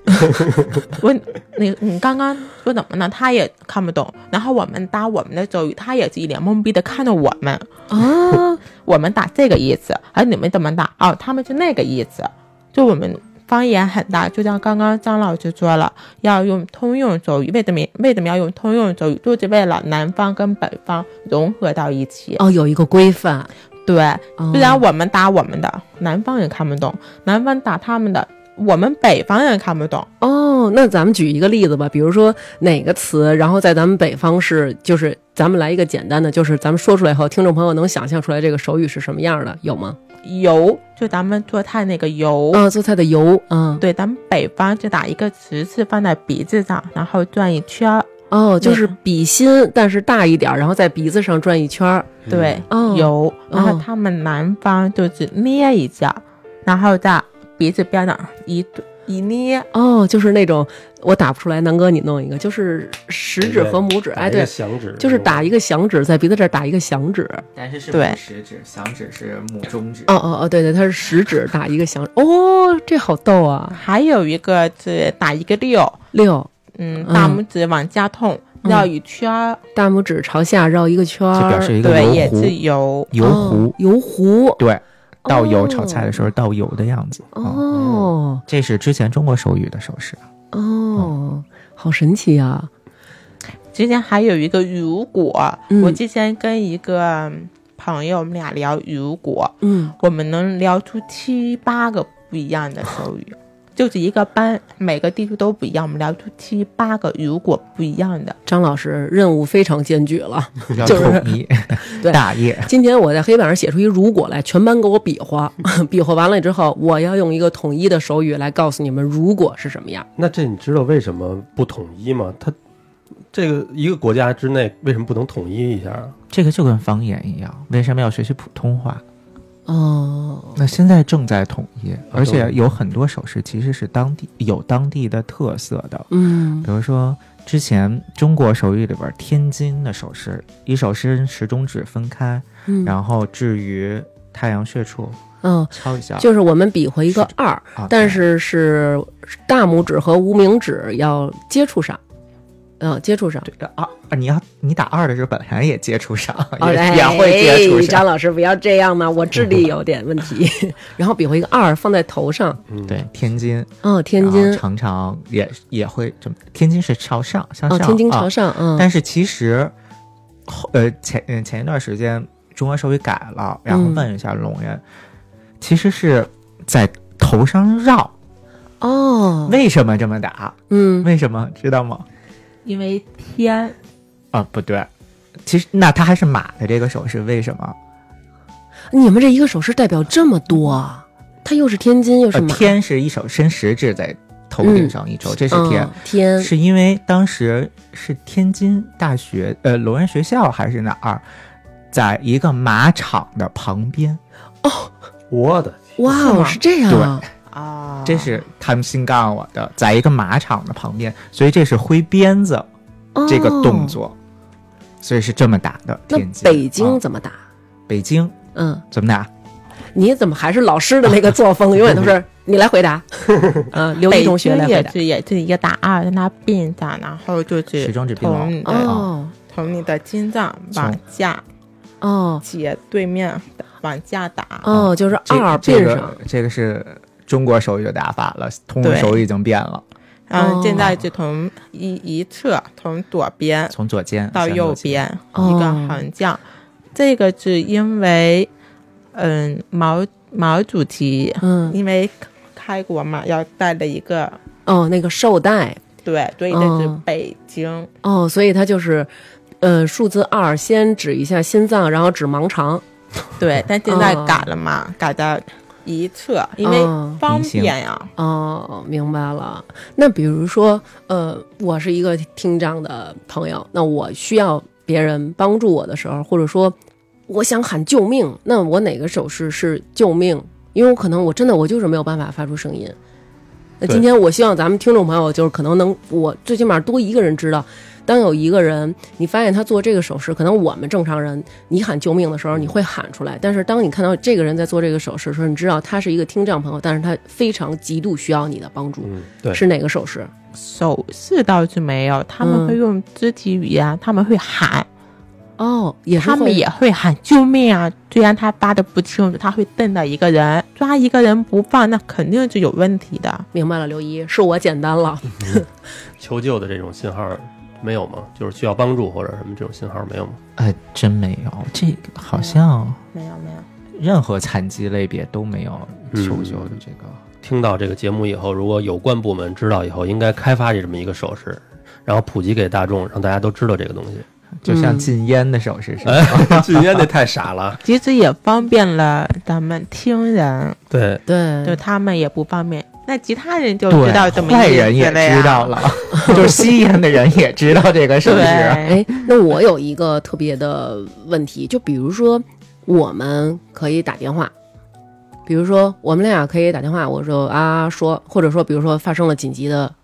Speaker 4: 我你你刚刚说怎么呢？他也看不懂。然后我们打我们的德语，他也是一脸懵逼的看着我们。
Speaker 1: 啊，
Speaker 4: 我们打这个意思，而你们怎么打？哦，他们是那个意思。就我们方言很大，就像刚刚张老师说了，要用通用手语。为什么为什么要用通用手语？就是为了南方跟北方融合到一起。
Speaker 1: 哦，有一个规范，
Speaker 4: 对，啊
Speaker 1: 哦
Speaker 4: 虽然我们打我们的，南方人看不懂；南方打他们的，我们北方人看不懂。
Speaker 1: 哦，那咱们举一个例子吧，比如说哪个词，然后在咱们北方是，就是咱们来一个简单的，就是咱们说出来以后，听众朋友能想象出来这个手语是什么样的，有吗？
Speaker 4: 油，就咱们做菜那个油。
Speaker 1: 啊，做菜的油，啊，
Speaker 4: 对，咱们北方就打一个十字放在鼻子上，然后转一圈儿。
Speaker 1: 哦，就是
Speaker 4: 对
Speaker 1: 笔芯，但是大一点儿，然后在鼻子上转一圈儿，
Speaker 4: 对，
Speaker 1: 哦
Speaker 4: 油，然后
Speaker 1: 哦
Speaker 4: 他们南方就是捏一下，然后在鼻子边那儿一一捏，
Speaker 1: 哦，就是那种我打不出来，南哥你弄一个，就是食指和拇指，哎，
Speaker 2: 打一个
Speaker 1: 对，
Speaker 2: 响指
Speaker 1: 就是打一
Speaker 2: 个
Speaker 1: 个响指，在鼻子这儿打一个响指，
Speaker 3: 但是是
Speaker 4: 对
Speaker 3: 拇食指，响指是拇中指。
Speaker 1: 哦哦哦，对对，它是食指打一个响，哦，这好逗啊，
Speaker 4: 还有一个是打一个六，
Speaker 1: 六
Speaker 4: 嗯，
Speaker 1: 嗯
Speaker 4: 大拇指往下痛，
Speaker 1: 嗯
Speaker 4: 绕一圈儿，
Speaker 1: 大拇指朝下绕一个圈儿，
Speaker 3: 就表示一个
Speaker 4: 对，
Speaker 3: 油
Speaker 4: 也
Speaker 3: 壶
Speaker 4: 是油。
Speaker 3: 油壶、
Speaker 1: 哦油壶
Speaker 3: 对，倒油
Speaker 1: 哦
Speaker 3: 炒菜的时候倒油的样子。嗯，
Speaker 1: 哦
Speaker 3: 这是之前中国手语的手
Speaker 1: [LAUGHS]
Speaker 3: 势。嗯
Speaker 1: 哦，好神奇啊！
Speaker 4: 之前还有一个如果，
Speaker 1: 嗯
Speaker 4: 我之前跟一个朋友，我们俩聊如果，
Speaker 1: 嗯，
Speaker 4: 我们能聊出七八个不一样的手语。就是一个班，每个地区都不一样，我们聊出七八个如果不一样的，
Speaker 1: 张老师任务非常艰巨了。
Speaker 3: 要
Speaker 1: 就是
Speaker 3: 统一
Speaker 1: [LAUGHS] 对
Speaker 3: 大业。
Speaker 1: 今天我在黑板上写出一“如果”来，全班给我比划， [LAUGHS] 比划完了之后，我要用一个统一的手语来告诉你们“如果”是什么样。
Speaker 2: 那这你知道为什么不统一吗？它这个一个国家之内为什么不能统一一下？啊
Speaker 3: 这个就跟方言一样，为什么要学习普通话？
Speaker 1: 哦，
Speaker 3: 那现在正在统一，而且
Speaker 2: 对
Speaker 3: 有很多手势其实是当地有当地的特色的，
Speaker 1: 嗯
Speaker 3: 比如说之前中国手语里边天津的手势，一手伸食中指分开，
Speaker 1: 嗯，
Speaker 3: 然后置于太阳穴处
Speaker 1: 嗯，
Speaker 3: 敲一下，
Speaker 1: 就是我们比划一个
Speaker 3: 是
Speaker 1: 二
Speaker 3: 啊，
Speaker 1: 但是是大拇指和无名指要接触上，嗯，接触上。
Speaker 3: 对这二、啊，你要你打二的时候本来也接触上，
Speaker 1: 哦，
Speaker 3: 也、
Speaker 1: 哎
Speaker 3: 也会接触上
Speaker 1: 张，老师不要这样嘛，我智
Speaker 3: [LAUGHS]
Speaker 1: 力有点问题。 [LAUGHS] 然后比划一个二放在头上，
Speaker 2: 嗯，
Speaker 3: 对，天津，
Speaker 1: 哦，天
Speaker 3: 然后
Speaker 1: 津，
Speaker 3: 常常也也会这么，天津是朝上向
Speaker 1: 哦，
Speaker 3: 上，
Speaker 1: 天津
Speaker 3: 啊
Speaker 1: 朝上，嗯，
Speaker 3: 但是其实，后呃前呃前一段时间中国手语改了，然后
Speaker 1: 嗯
Speaker 3: 问一下龙人，其实是在头上绕，
Speaker 1: 哦，
Speaker 3: 为什么这么打？
Speaker 1: 嗯，
Speaker 3: 为什么知道吗？
Speaker 4: 因为天
Speaker 3: 啊，不对，其实那他还是马的这个手势，为什么？
Speaker 1: 你们这一个手势代表这么多啊，它又是天津又是
Speaker 3: 呃，
Speaker 1: 马，
Speaker 3: 天是一手伸食指在头顶上一周，这是天
Speaker 1: 嗯。天，
Speaker 3: 是因为当时是天津大学，呃，龙人学校还是哪儿，在一个马场的旁边，
Speaker 2: 我的天
Speaker 1: 哇
Speaker 4: 是
Speaker 1: 哦，
Speaker 4: 吗
Speaker 1: 是这样啊，
Speaker 4: 啊，
Speaker 3: 这是他们新告诉我的，在一个马场的旁边，所以这是挥鞭子
Speaker 1: 哦
Speaker 3: 这个动。作，所以是这么打的。
Speaker 1: 那
Speaker 3: 天津
Speaker 1: 北京
Speaker 3: 啊
Speaker 1: 怎么打？
Speaker 3: 北京
Speaker 1: 嗯，
Speaker 3: 怎么打？
Speaker 1: 你怎么还是老师的那个作
Speaker 3: [LAUGHS]
Speaker 1: 风？永远都是你来回答，嗯，刘
Speaker 4: 北
Speaker 1: 一同学来
Speaker 4: 京
Speaker 1: 回
Speaker 4: 也
Speaker 1: 答。
Speaker 4: 是也是一个打二，让它并上，然后就是
Speaker 3: 时钟指并
Speaker 4: 从
Speaker 3: 拢
Speaker 4: 你的
Speaker 1: 哦
Speaker 4: 从你的心脏往下
Speaker 3: 啊
Speaker 1: 哦
Speaker 4: 斜对面往下打，
Speaker 1: 哦，就是
Speaker 3: 这
Speaker 1: 二
Speaker 3: 这
Speaker 1: 并上
Speaker 3: 个，这个是中国手语的打法了，通用
Speaker 4: 对
Speaker 3: 手语已经变了，
Speaker 4: 然后
Speaker 1: 哦
Speaker 4: 现在就从一一侧从左边
Speaker 3: 从左肩
Speaker 4: 呃到
Speaker 3: 向
Speaker 4: 右
Speaker 3: 肩
Speaker 4: 边
Speaker 1: 哦
Speaker 4: 一个横降，这个是因为嗯毛毛主席
Speaker 1: 嗯，
Speaker 4: 因为开国嘛，要带了一个
Speaker 1: 哦，那个绶带，
Speaker 4: 对，所以这是
Speaker 1: 哦
Speaker 4: 北京。
Speaker 1: 哦，所以它就是，呃，数字二先指一下心脏，然后指盲肠。
Speaker 4: 对，但现在
Speaker 1: 哦
Speaker 4: 改了嘛，改到一侧，因为
Speaker 1: 嗯
Speaker 4: 方
Speaker 3: 明星
Speaker 4: 便呀、
Speaker 1: 哦，明白了。那比如说，呃，我是一个听障的朋友，那我需要别人帮助我的时候，或者说我想喊救命，那我哪个手势是救命？因为我可能我真的我就是没有办法发出声音。那
Speaker 2: 对
Speaker 1: 今天我希望咱们听众朋友就是可能能，我最起码多一个人知道，当有一个人你发现他做这个手势，可能我们正常人你喊救命的时候你会喊出来，但是当你看到这个人在做这个手势的时候，你知道他是一个听障朋友，但是他非常极度需要你的帮助，
Speaker 2: 嗯，对，
Speaker 1: 是哪个手势？
Speaker 4: 手势倒是没有，他
Speaker 1: 嗯
Speaker 4: 们会用肢体语言，他们会喊，
Speaker 1: 哦，也是
Speaker 4: 他们
Speaker 1: 会
Speaker 4: 也嗯会喊救命啊！虽然他发的不清楚，他会瞪着一个人，抓一个人不放，那肯定是有问题的。
Speaker 1: 明白了。刘一，是我简单了。
Speaker 2: 求救的这种信号没有吗？就是需要帮助或者什么这种信号没有吗？
Speaker 3: 呃，真没有，这个
Speaker 4: 嗯
Speaker 3: 好像
Speaker 4: 没有没有，
Speaker 3: 任何残疾类别都没有
Speaker 2: 嗯
Speaker 3: 求救的这个。
Speaker 2: 听到这个节目以后，如果有关部门知道以后，应该开发这么一个手势，然后普及给大众，让大家都知道这个东西。
Speaker 3: 就像
Speaker 1: 嗯
Speaker 3: 禁烟的手势似
Speaker 4: 呃
Speaker 3: 的，
Speaker 2: 哎，禁烟那太傻了。
Speaker 4: 其实也方便了咱们听人，
Speaker 2: 对，
Speaker 1: 对
Speaker 4: 就他们也不方便。那其他人就知道
Speaker 3: 对，
Speaker 4: 怎么
Speaker 3: 坏
Speaker 4: 意思
Speaker 3: 人也
Speaker 4: 了呀
Speaker 3: 知道，了， [LAUGHS] 就是吸烟的人也知道这个手势。
Speaker 4: 对，
Speaker 1: 哎，那我有一个特别的问题，就比如说，我们可以打电话，比如说我们俩可以打电话，我说啊说，或者说比如说发生了紧急的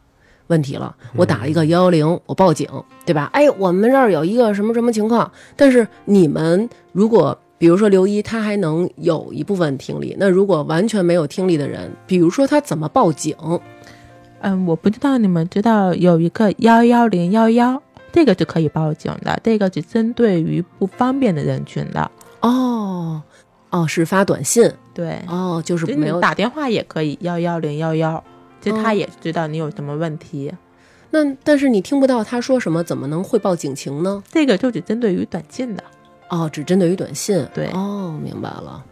Speaker 1: 问题了，我打了一个幺幺零，我报警，对吧？哎，我们这儿有一个什么什么情况，但是你们如果。比如说刘一，他还能有一部分听力。那如果完全没有听力的人，比如说他怎么报警？
Speaker 4: 嗯，我不知道你们知道有一个幺幺零幺幺，这个是可以报警的，这个是针对于不方便的人群的。
Speaker 1: 哦，哦，是发短信，
Speaker 4: 对，
Speaker 1: 哦，就是
Speaker 4: 就
Speaker 1: 没有
Speaker 4: 你打电话也可以幺幺零幺幺，就他
Speaker 1: 嗯
Speaker 4: 也知道你有什么问题。
Speaker 1: 那但是你听不到他说什么，怎么能汇报警情呢？
Speaker 4: 这个就只针对于短信的。
Speaker 1: 哦，只针对于短信。
Speaker 4: 对
Speaker 1: 哦，明白了。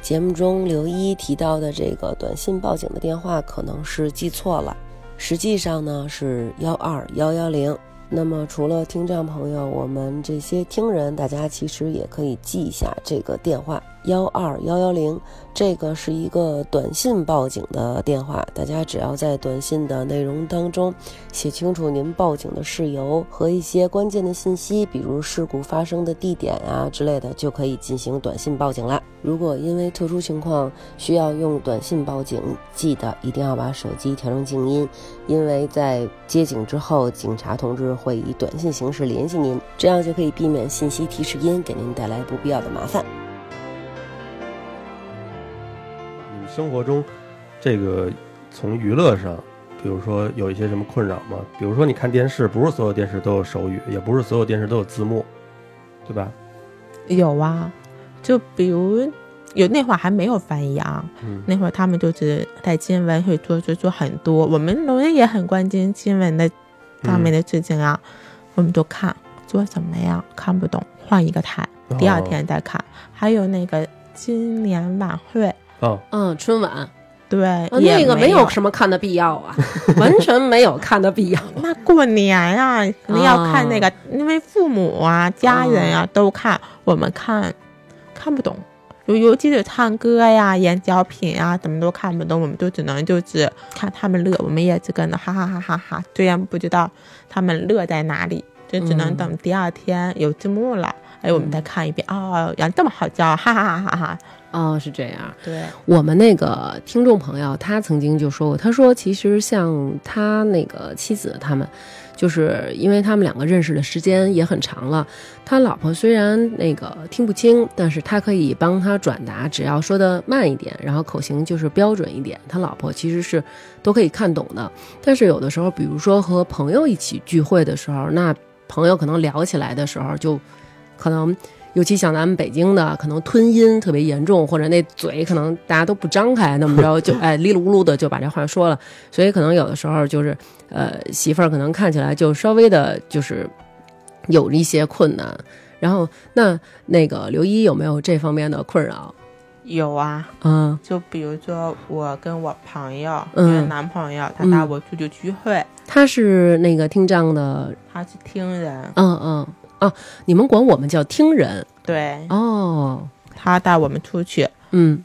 Speaker 5: 节目中刘一提到的这个短信报警的电话可能是记错了，实际上呢是幺二幺幺零。那么除了听障朋友，我们这些听人，大家其实也可以记一下这个电话幺二幺幺零，这个是一个短信报警的电话，大家只要在短信的内容当中写清楚您报警的事由和一些关键的信息，比如事故发生的地点啊之类的，就可以进行短信报警啦。如果因为特殊情况需要用短信报警，记得一定要把手机调成静音，因为在接警之后，警察同志会以短信形式联系您，这样就可以避免信息提示音给您带来不必要的麻烦。
Speaker 2: 你们生活中这个从娱乐上，比如说有一些什么困扰吗？比如说你看电视，不是所有电视都有手语，也不是所有电视都有字幕，对吧？
Speaker 4: 有啊，就比如有那会儿还没有翻译啊，
Speaker 2: 嗯，
Speaker 4: 那会儿他们就是在新闻会做做做很多，我们农人也很关心新闻的上面的事情啊，我们就看做什么呀，看不懂换一个台，
Speaker 2: 哦
Speaker 4: 第二天再看。还有那个新年晚会，
Speaker 2: 哦，
Speaker 1: 嗯，春晚啊，
Speaker 4: 对，也
Speaker 1: 那个
Speaker 4: 没
Speaker 1: 有什么看的必要 [LAUGHS] 啊，完全没有看的必要。
Speaker 4: 那过年啊，肯定要看那个，因为父母啊、家人
Speaker 1: 嗯
Speaker 4: 啊都看，我们看看不懂，尤尤其是唱歌呀、
Speaker 1: 嗯
Speaker 4: 演小品啊，怎么都看不懂，我们就只能就是看他们乐，我们也只跟着哈哈哈哈哈，虽然不知道他们乐在哪里，就只能
Speaker 1: 嗯
Speaker 4: 等第二天有字幕了，哎，我们再看一遍，哦，原来这么好笑，哈哈哈哈哈，
Speaker 1: 哦，是这样。
Speaker 4: 对，
Speaker 1: 我们那个听众朋友，他曾经就说过，他说其实像他那个妻子他们，就是因为他们两个认识的时间也很长了，他老婆虽然那个听不清，但是他可以帮他转达，只要说的慢一点，然后口型就是标准一点，他老婆其实是都可以看懂的。但是有的时候，比如说和朋友一起聚会的时候，那朋友可能聊起来的时候就可能尤其像咱们北京的，可能吞音特别严重，或者那嘴可能大家都不张开，那么着就哎哩噜噜的就把这话说了，所以可能有的时候就是呃媳妇儿可能看起来就稍微的就是有一些困难。然后那那个刘一有没有这方面的困扰？
Speaker 4: 有啊，
Speaker 1: 嗯
Speaker 4: 就比如说我跟我朋友，
Speaker 1: 嗯
Speaker 4: 就是男朋友，他带
Speaker 1: 嗯
Speaker 4: 我出去聚会。
Speaker 1: 他是那个听障的，
Speaker 4: 他是听人，
Speaker 1: 嗯嗯啊，你们管我们叫听人
Speaker 4: 对
Speaker 1: 哦，
Speaker 4: 他带我们出去，
Speaker 1: 嗯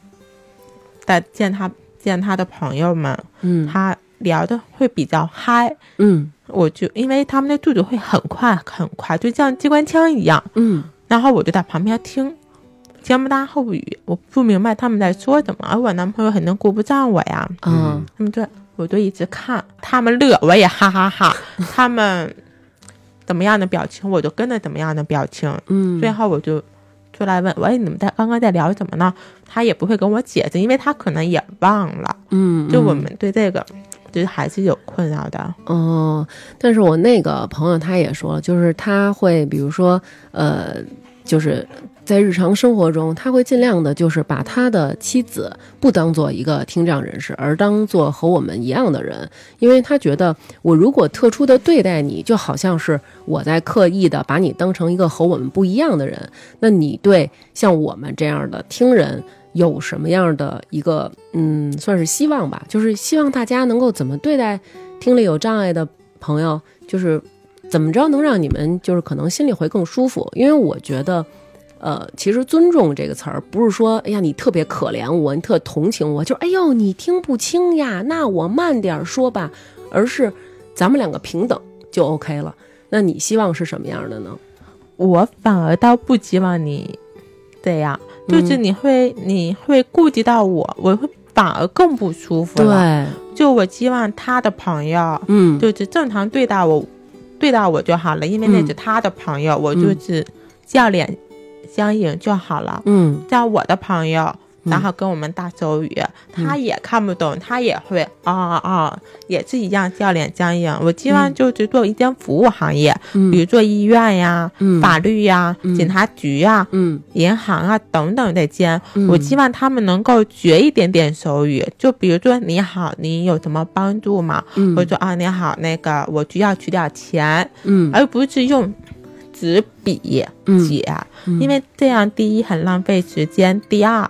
Speaker 4: 在见他见他的朋友们，
Speaker 5: 嗯
Speaker 4: 他聊的会比较嗨。
Speaker 5: 嗯
Speaker 4: 我就因为他们的速度会很快很快，就像机关枪一样。
Speaker 5: 嗯
Speaker 4: 然后我就在旁边听，前不搭后语，我不明白他们在说什么。而我男朋友肯定顾不上我呀，
Speaker 1: 嗯
Speaker 2: 嗯
Speaker 5: 啊
Speaker 4: 他们就我就一直看他们乐，我也哈哈 [LAUGHS] 哈他们怎么样的表情，我就跟着怎么样的表情。
Speaker 5: 嗯，
Speaker 1: 啊
Speaker 4: 最后我就出来问，喂，你们在刚刚在聊什么呢？他也不会跟我解释，因为他可能也忘了。
Speaker 5: 嗯，
Speaker 4: 就我们对这个，就是还是有困扰的。
Speaker 5: 哦，但是我那个朋友他也说了，就是他会比如说呃，就是在日常生活中，他会尽量的，就是把他的妻子不当做一个听障人士，而当做和我们一样的人，因为他觉得我如果特殊的对待你，就好像是我在刻意的把你当成一个和我们不一样的人，那你对像我们这样的听人。有什么样的一个嗯，算是希望吧，就是希望大家能够怎么对待听力有障碍的朋友，就是怎么着能让你们就是可能心里会更舒服？因为我觉得，呃，其实“尊重”这个词儿不是说，哎呀，你特别可怜我，你特同情我，就是哎呦你听不清呀，那我慢点儿说吧，而是咱们两个平等就 OK 了。那你希望是什么样的呢？
Speaker 4: 我反而倒不希望你这样，就是
Speaker 5: 嗯
Speaker 4: 你会、你会顾及到我，我会反而更不舒服了。就我希望他的朋友
Speaker 5: 嗯，
Speaker 4: 就是正常对待我，对待我就好了，因为那是他的朋友，我就
Speaker 5: 嗯
Speaker 4: 是笑脸相迎就好了。
Speaker 5: 嗯，
Speaker 4: 像我的朋友，
Speaker 5: 嗯
Speaker 4: 然后跟我们大手语，他也看不懂，他也会啊啊、啊也是一样笑脸相迎。我希望
Speaker 5: 嗯
Speaker 4: 就是做一间服务行业，
Speaker 5: 嗯，
Speaker 4: 比如做医院呀、
Speaker 5: 嗯
Speaker 4: 法律呀、
Speaker 5: 嗯
Speaker 4: 警察局呀、
Speaker 5: 嗯，
Speaker 4: 银行啊等等这间，
Speaker 5: 嗯
Speaker 4: 我希望他们能够学一点点手语。就比如说你好，你有什么帮助吗？
Speaker 5: 嗯
Speaker 4: 我说啊你好，那个我需要取点钱，
Speaker 5: 嗯
Speaker 4: 而不是用纸笔
Speaker 5: 嗯
Speaker 4: 写。
Speaker 5: 嗯
Speaker 4: 因为这样第一很浪费时间，第二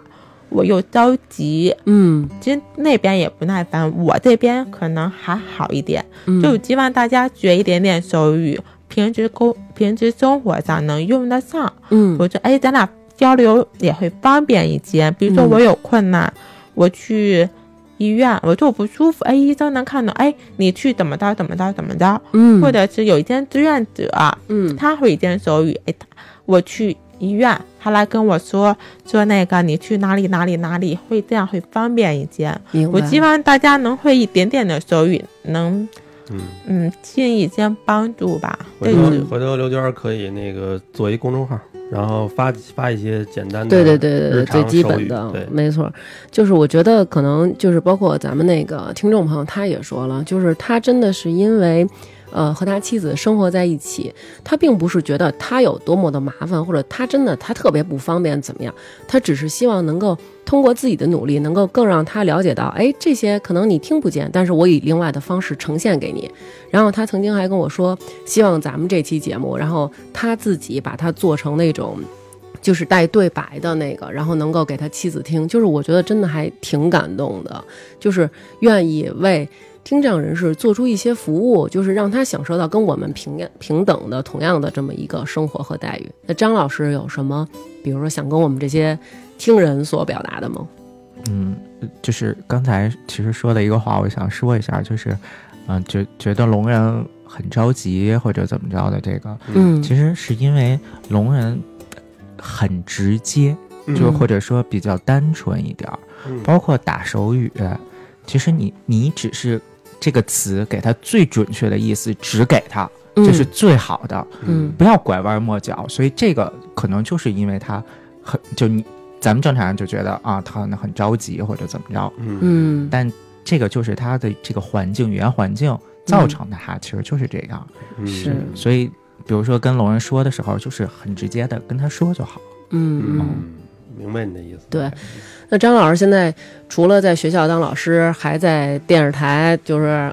Speaker 4: 我又着急，
Speaker 5: 嗯
Speaker 4: 其实那边也不耐烦，我这边可能还好一点，
Speaker 5: 嗯
Speaker 4: 就希望大家学一点点手语，平时沟平时生活上能用得上。
Speaker 5: 嗯
Speaker 4: 我说，哎，咱俩交流也会方便一些。比如说
Speaker 5: 嗯
Speaker 4: 我有困难，我去医院，我说我不舒服，哎，医生能看懂，哎，你去怎么着怎么着怎么着，
Speaker 5: 嗯
Speaker 4: 或者是有一间志愿者，啊
Speaker 5: 嗯
Speaker 4: 他会一点手语，哎，他我去医院，他来跟我说说那个你去哪里哪里哪里，会这样会方便一些。
Speaker 5: 明白
Speaker 4: 我希望大家能会一点点的手语，能
Speaker 2: 嗯，
Speaker 4: 嗯尽一些帮助吧。
Speaker 2: 回
Speaker 4: 这
Speaker 2: 头
Speaker 4: 是
Speaker 2: 回头刘娟儿可以那个做一公众号，然后发发一些简单的，
Speaker 5: 对对对对对，
Speaker 2: 日
Speaker 5: 最
Speaker 2: 常
Speaker 5: 基
Speaker 2: 手
Speaker 5: 本
Speaker 2: 语
Speaker 5: 的
Speaker 2: 对，
Speaker 5: 没错。就是我觉得可能就是包括咱们那个听众朋友，他也说了，就是他真的是因为。呃，和他妻子生活在一起，他并不是觉得他有多么的麻烦，或者他真的他特别不方便怎么样，他只是希望能够通过自己的努力，能够更让他了解到，哎，这些可能你听不见，但是我以另外的方式呈现给你。然后他曾经还跟我说，希望咱们这期节目，然后他自己把它做成那种就是带对白的那个，然后能够给他妻子听，就是我觉得真的还挺感动的，就是愿意为听障人士做出一些服务，就是让他享受到跟我们平平等的同样的这么一个生活和待遇。那张老师有什么，比如说想跟我们这些听人所表达的吗？
Speaker 3: 嗯，就是刚才其实说的一个话，我想说一下，就是，嗯、觉觉得聋人很着急或者怎么着的这个，
Speaker 5: 嗯
Speaker 3: 其实是因为聋人很直接，
Speaker 5: 嗯
Speaker 3: 就或者说比较单纯一点儿，
Speaker 2: 嗯
Speaker 5: 哦
Speaker 3: 包括打手语，其实你你只是这个词给他最准确的意思，只给他，这是最好的。
Speaker 5: 嗯
Speaker 3: 不要拐弯抹角。所以这个可能就是因为他很就你咱们正常人就觉得啊，他可能很着急或者怎么着，
Speaker 2: 嗯
Speaker 5: 嗯
Speaker 3: 但这个就是他的这个环境语言环境造成的哈，其实就是这样。
Speaker 2: 嗯
Speaker 5: 是
Speaker 2: 嗯
Speaker 3: 所以比如说跟聋人说的时候，就是很直接的跟他说就好。
Speaker 5: 嗯嗯。
Speaker 2: 嗯，明白你的意思，
Speaker 5: 对那张老师现在除了在学校当老师，还在电视台就是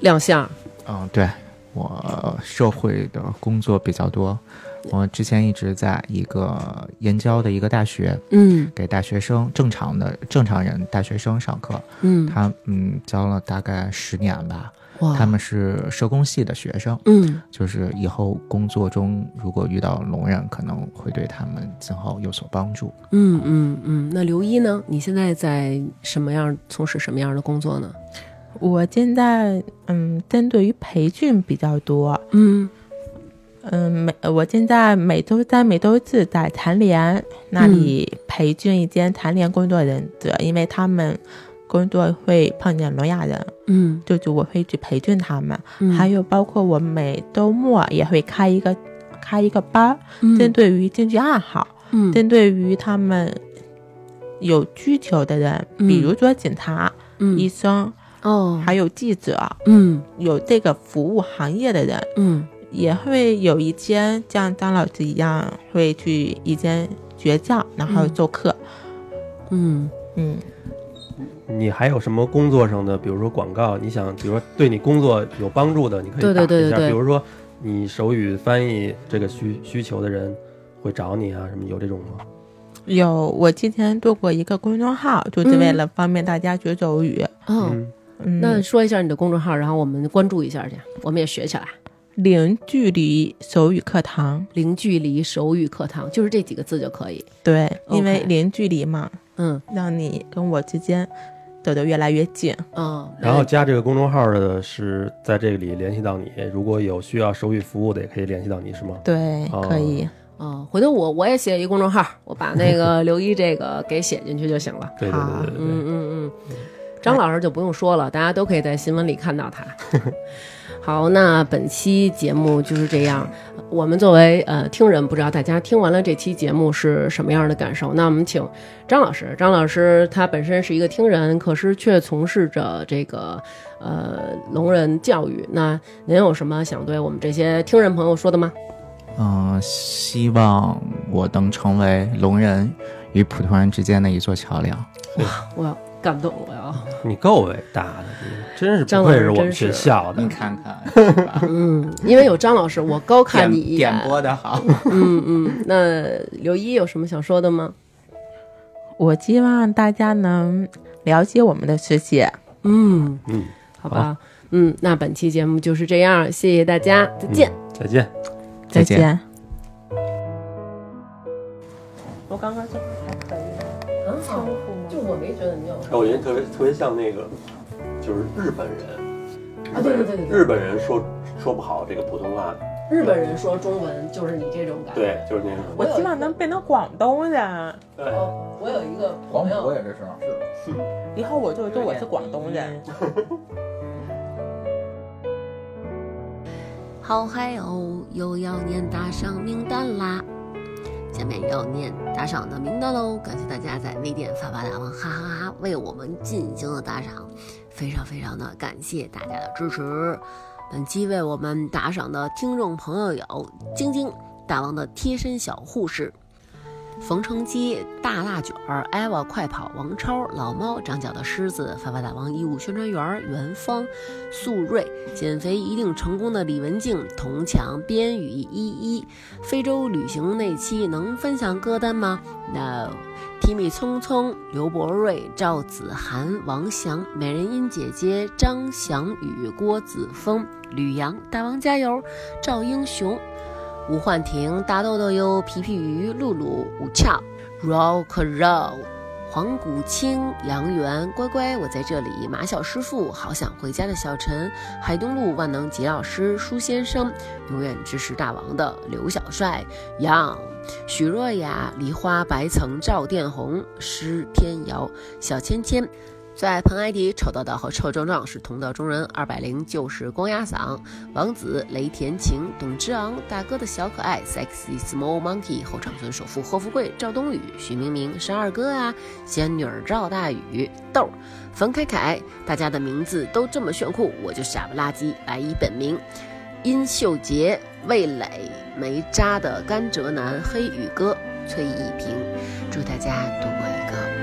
Speaker 5: 亮相。
Speaker 3: 嗯，对我社会的工作比较多。我之前一直在一个燕郊的一个大学
Speaker 5: 嗯
Speaker 3: 给大学生正常的正常人大学生上课，
Speaker 5: 嗯
Speaker 3: 他嗯教了大概十年吧，
Speaker 5: 哇，
Speaker 3: 他们是社工系的学生，
Speaker 5: 嗯
Speaker 3: 就是以后工作中如果遇到聋人，可能会对他们今后有所帮助。
Speaker 5: 嗯嗯嗯。那刘一呢？你现在在什么样从事什么样的工作呢？
Speaker 4: 我现在嗯，针对于培训比较多，
Speaker 5: 嗯
Speaker 4: 嗯，每我现在每周三、每周四在残联那里培训一间残联工作人者，因为他们工作会碰见聋哑人，
Speaker 5: 嗯，
Speaker 4: 就是我会去培训他们。
Speaker 5: 嗯
Speaker 4: 还有包括我每周末也会开一个开一个班儿，
Speaker 5: 嗯
Speaker 4: 针对于兴趣爱好，
Speaker 5: 嗯
Speaker 4: 针对于他们有需求的人，
Speaker 5: 嗯
Speaker 4: 比如说警察、
Speaker 5: 嗯
Speaker 4: 医生，
Speaker 5: 哦，
Speaker 4: 还有记者，
Speaker 5: 嗯
Speaker 4: 有这个服务行业的人，
Speaker 5: 嗯
Speaker 4: 也会有一间像张老师一样会去一间学校，然后授课。
Speaker 5: 嗯
Speaker 4: 嗯，
Speaker 2: 你还有什么工作上的，比如说广告，你想，比如说对你工作有帮助的，你可以
Speaker 5: 对对
Speaker 2: 打一下。
Speaker 5: 对对对
Speaker 2: 比如说你手语翻译这个需需求的人会找你啊，什么有这种吗？
Speaker 4: 有我之前做过一个公众号，就是为了方便大家学手语。
Speaker 5: 哦。
Speaker 2: 嗯，
Speaker 4: 嗯，
Speaker 5: 那说一下你的公众号，然后我们关注一下去，我们也学起来。
Speaker 4: 零距离手语课堂，
Speaker 5: 零距离手语课堂就是这几个字就可以。
Speaker 4: 对，
Speaker 5: OK
Speaker 4: 因为零距离嘛，
Speaker 5: 嗯
Speaker 4: 让你跟我之间走得越来越近。
Speaker 5: 嗯，
Speaker 2: 然后加这个公众号的是在这里联系到你，如果有需要手语服务的也可以联系到你，是吗？
Speaker 4: 对，
Speaker 2: 哦
Speaker 4: 可以。
Speaker 5: 哦，回头我我也写一公众号，我把
Speaker 2: [LAUGHS]
Speaker 5: 那个刘一这个给写进去就行了。
Speaker 2: 对对对对对对。
Speaker 5: 嗯嗯嗯，张老师就不用说了，大家都可以在新闻里看到他。 [LAUGHS] 好，那本期节目就是这样。我们作为呃听人，不知道大家听完了这期节目是什么样的感受？那我们请张老师，张老师他本身是一个听人，可是却从事着这个呃聋人教育。那您有什么想对我们这些听人朋友说的吗？
Speaker 3: 嗯、希望我能成为聋人与普通人之间的一座桥梁。
Speaker 5: 我要感动，我要 [LAUGHS]
Speaker 2: 你够伟大的，你真是
Speaker 5: 张
Speaker 2: 不
Speaker 5: 老
Speaker 2: 愧
Speaker 5: 师
Speaker 2: 我们
Speaker 5: 真
Speaker 2: 学
Speaker 5: 是
Speaker 2: 校的
Speaker 3: 你。看 [LAUGHS] 看，是吧
Speaker 5: 嗯，因为有张老师，我高看你一
Speaker 3: 点
Speaker 5: 眼。
Speaker 3: 点播的好。
Speaker 5: 嗯嗯，那刘一有什么想说的吗？
Speaker 4: 我希望大家能了解我们的世界。
Speaker 5: 嗯，
Speaker 2: 嗯，
Speaker 5: 好吧，嗯，那本期节目就是这样，谢谢大家，再见。
Speaker 2: 嗯再见。
Speaker 3: 再见
Speaker 4: 见我刚刚说
Speaker 5: 很好，就我没觉得你有
Speaker 2: 我觉得特别特别像那个，就是日本人，
Speaker 5: 啊，对对对对对，
Speaker 2: 本人说说不好这个普通话，
Speaker 5: 日本人说中文就是你这种感觉。
Speaker 2: 对，就是那种。
Speaker 5: 我希望
Speaker 4: 能变成广东人，
Speaker 2: 对
Speaker 5: 哦，我有一个朋友，
Speaker 3: 也是这样。
Speaker 4: 以后我就说我是广东人。
Speaker 1: 好嗨哦，又要念打赏名单啦！下面要念打赏的名单喽，感谢大家在微店发发大王哈哈哈为我们进行的打赏，非常非常的感谢大家的支持。本期为我们打赏的听众朋友有晶晶、大王的贴身小护士、冯成基、大辣卷儿、艾娃快跑、王超、老猫、长角的狮子、发发大王医务宣传员儿元芳、素瑞、减肥一定成功的李文静、童强、边宇依依。非洲旅行那期能分享歌单吗？No。提米聪聪、刘博瑞、赵子涵、王翔、美人音姐姐、张翔宇、郭子峰、吕阳、大王加油、赵英雄、吴焕婷、大豆豆哟、皮皮鱼、露露、吴俏、Rock Roll。黄谷清、杨元、乖乖，我在这里。马小师傅，好想回家的小陈，海东路万能杰老师，舒先生，永远支持大王的刘小帅，杨，许若雅，梨花白层赵殿红，施天瑶，小芊芊。在盆埃迪，丑道道和臭壮壮是同道中人，二百零就是光压嗓，王子、雷田晴、董之昂、大哥的小可爱、sexy small monkey、后场村首富霍富贵、赵冬雨、徐明明、是二哥啊，仙女儿赵大宇、豆儿、冯凯凯，大家的名字都这么炫酷，我就傻不拉几来以本名。殷秀杰、味蕾、没渣的甘蔗男、黑羽哥、崔一平，祝大家度过一个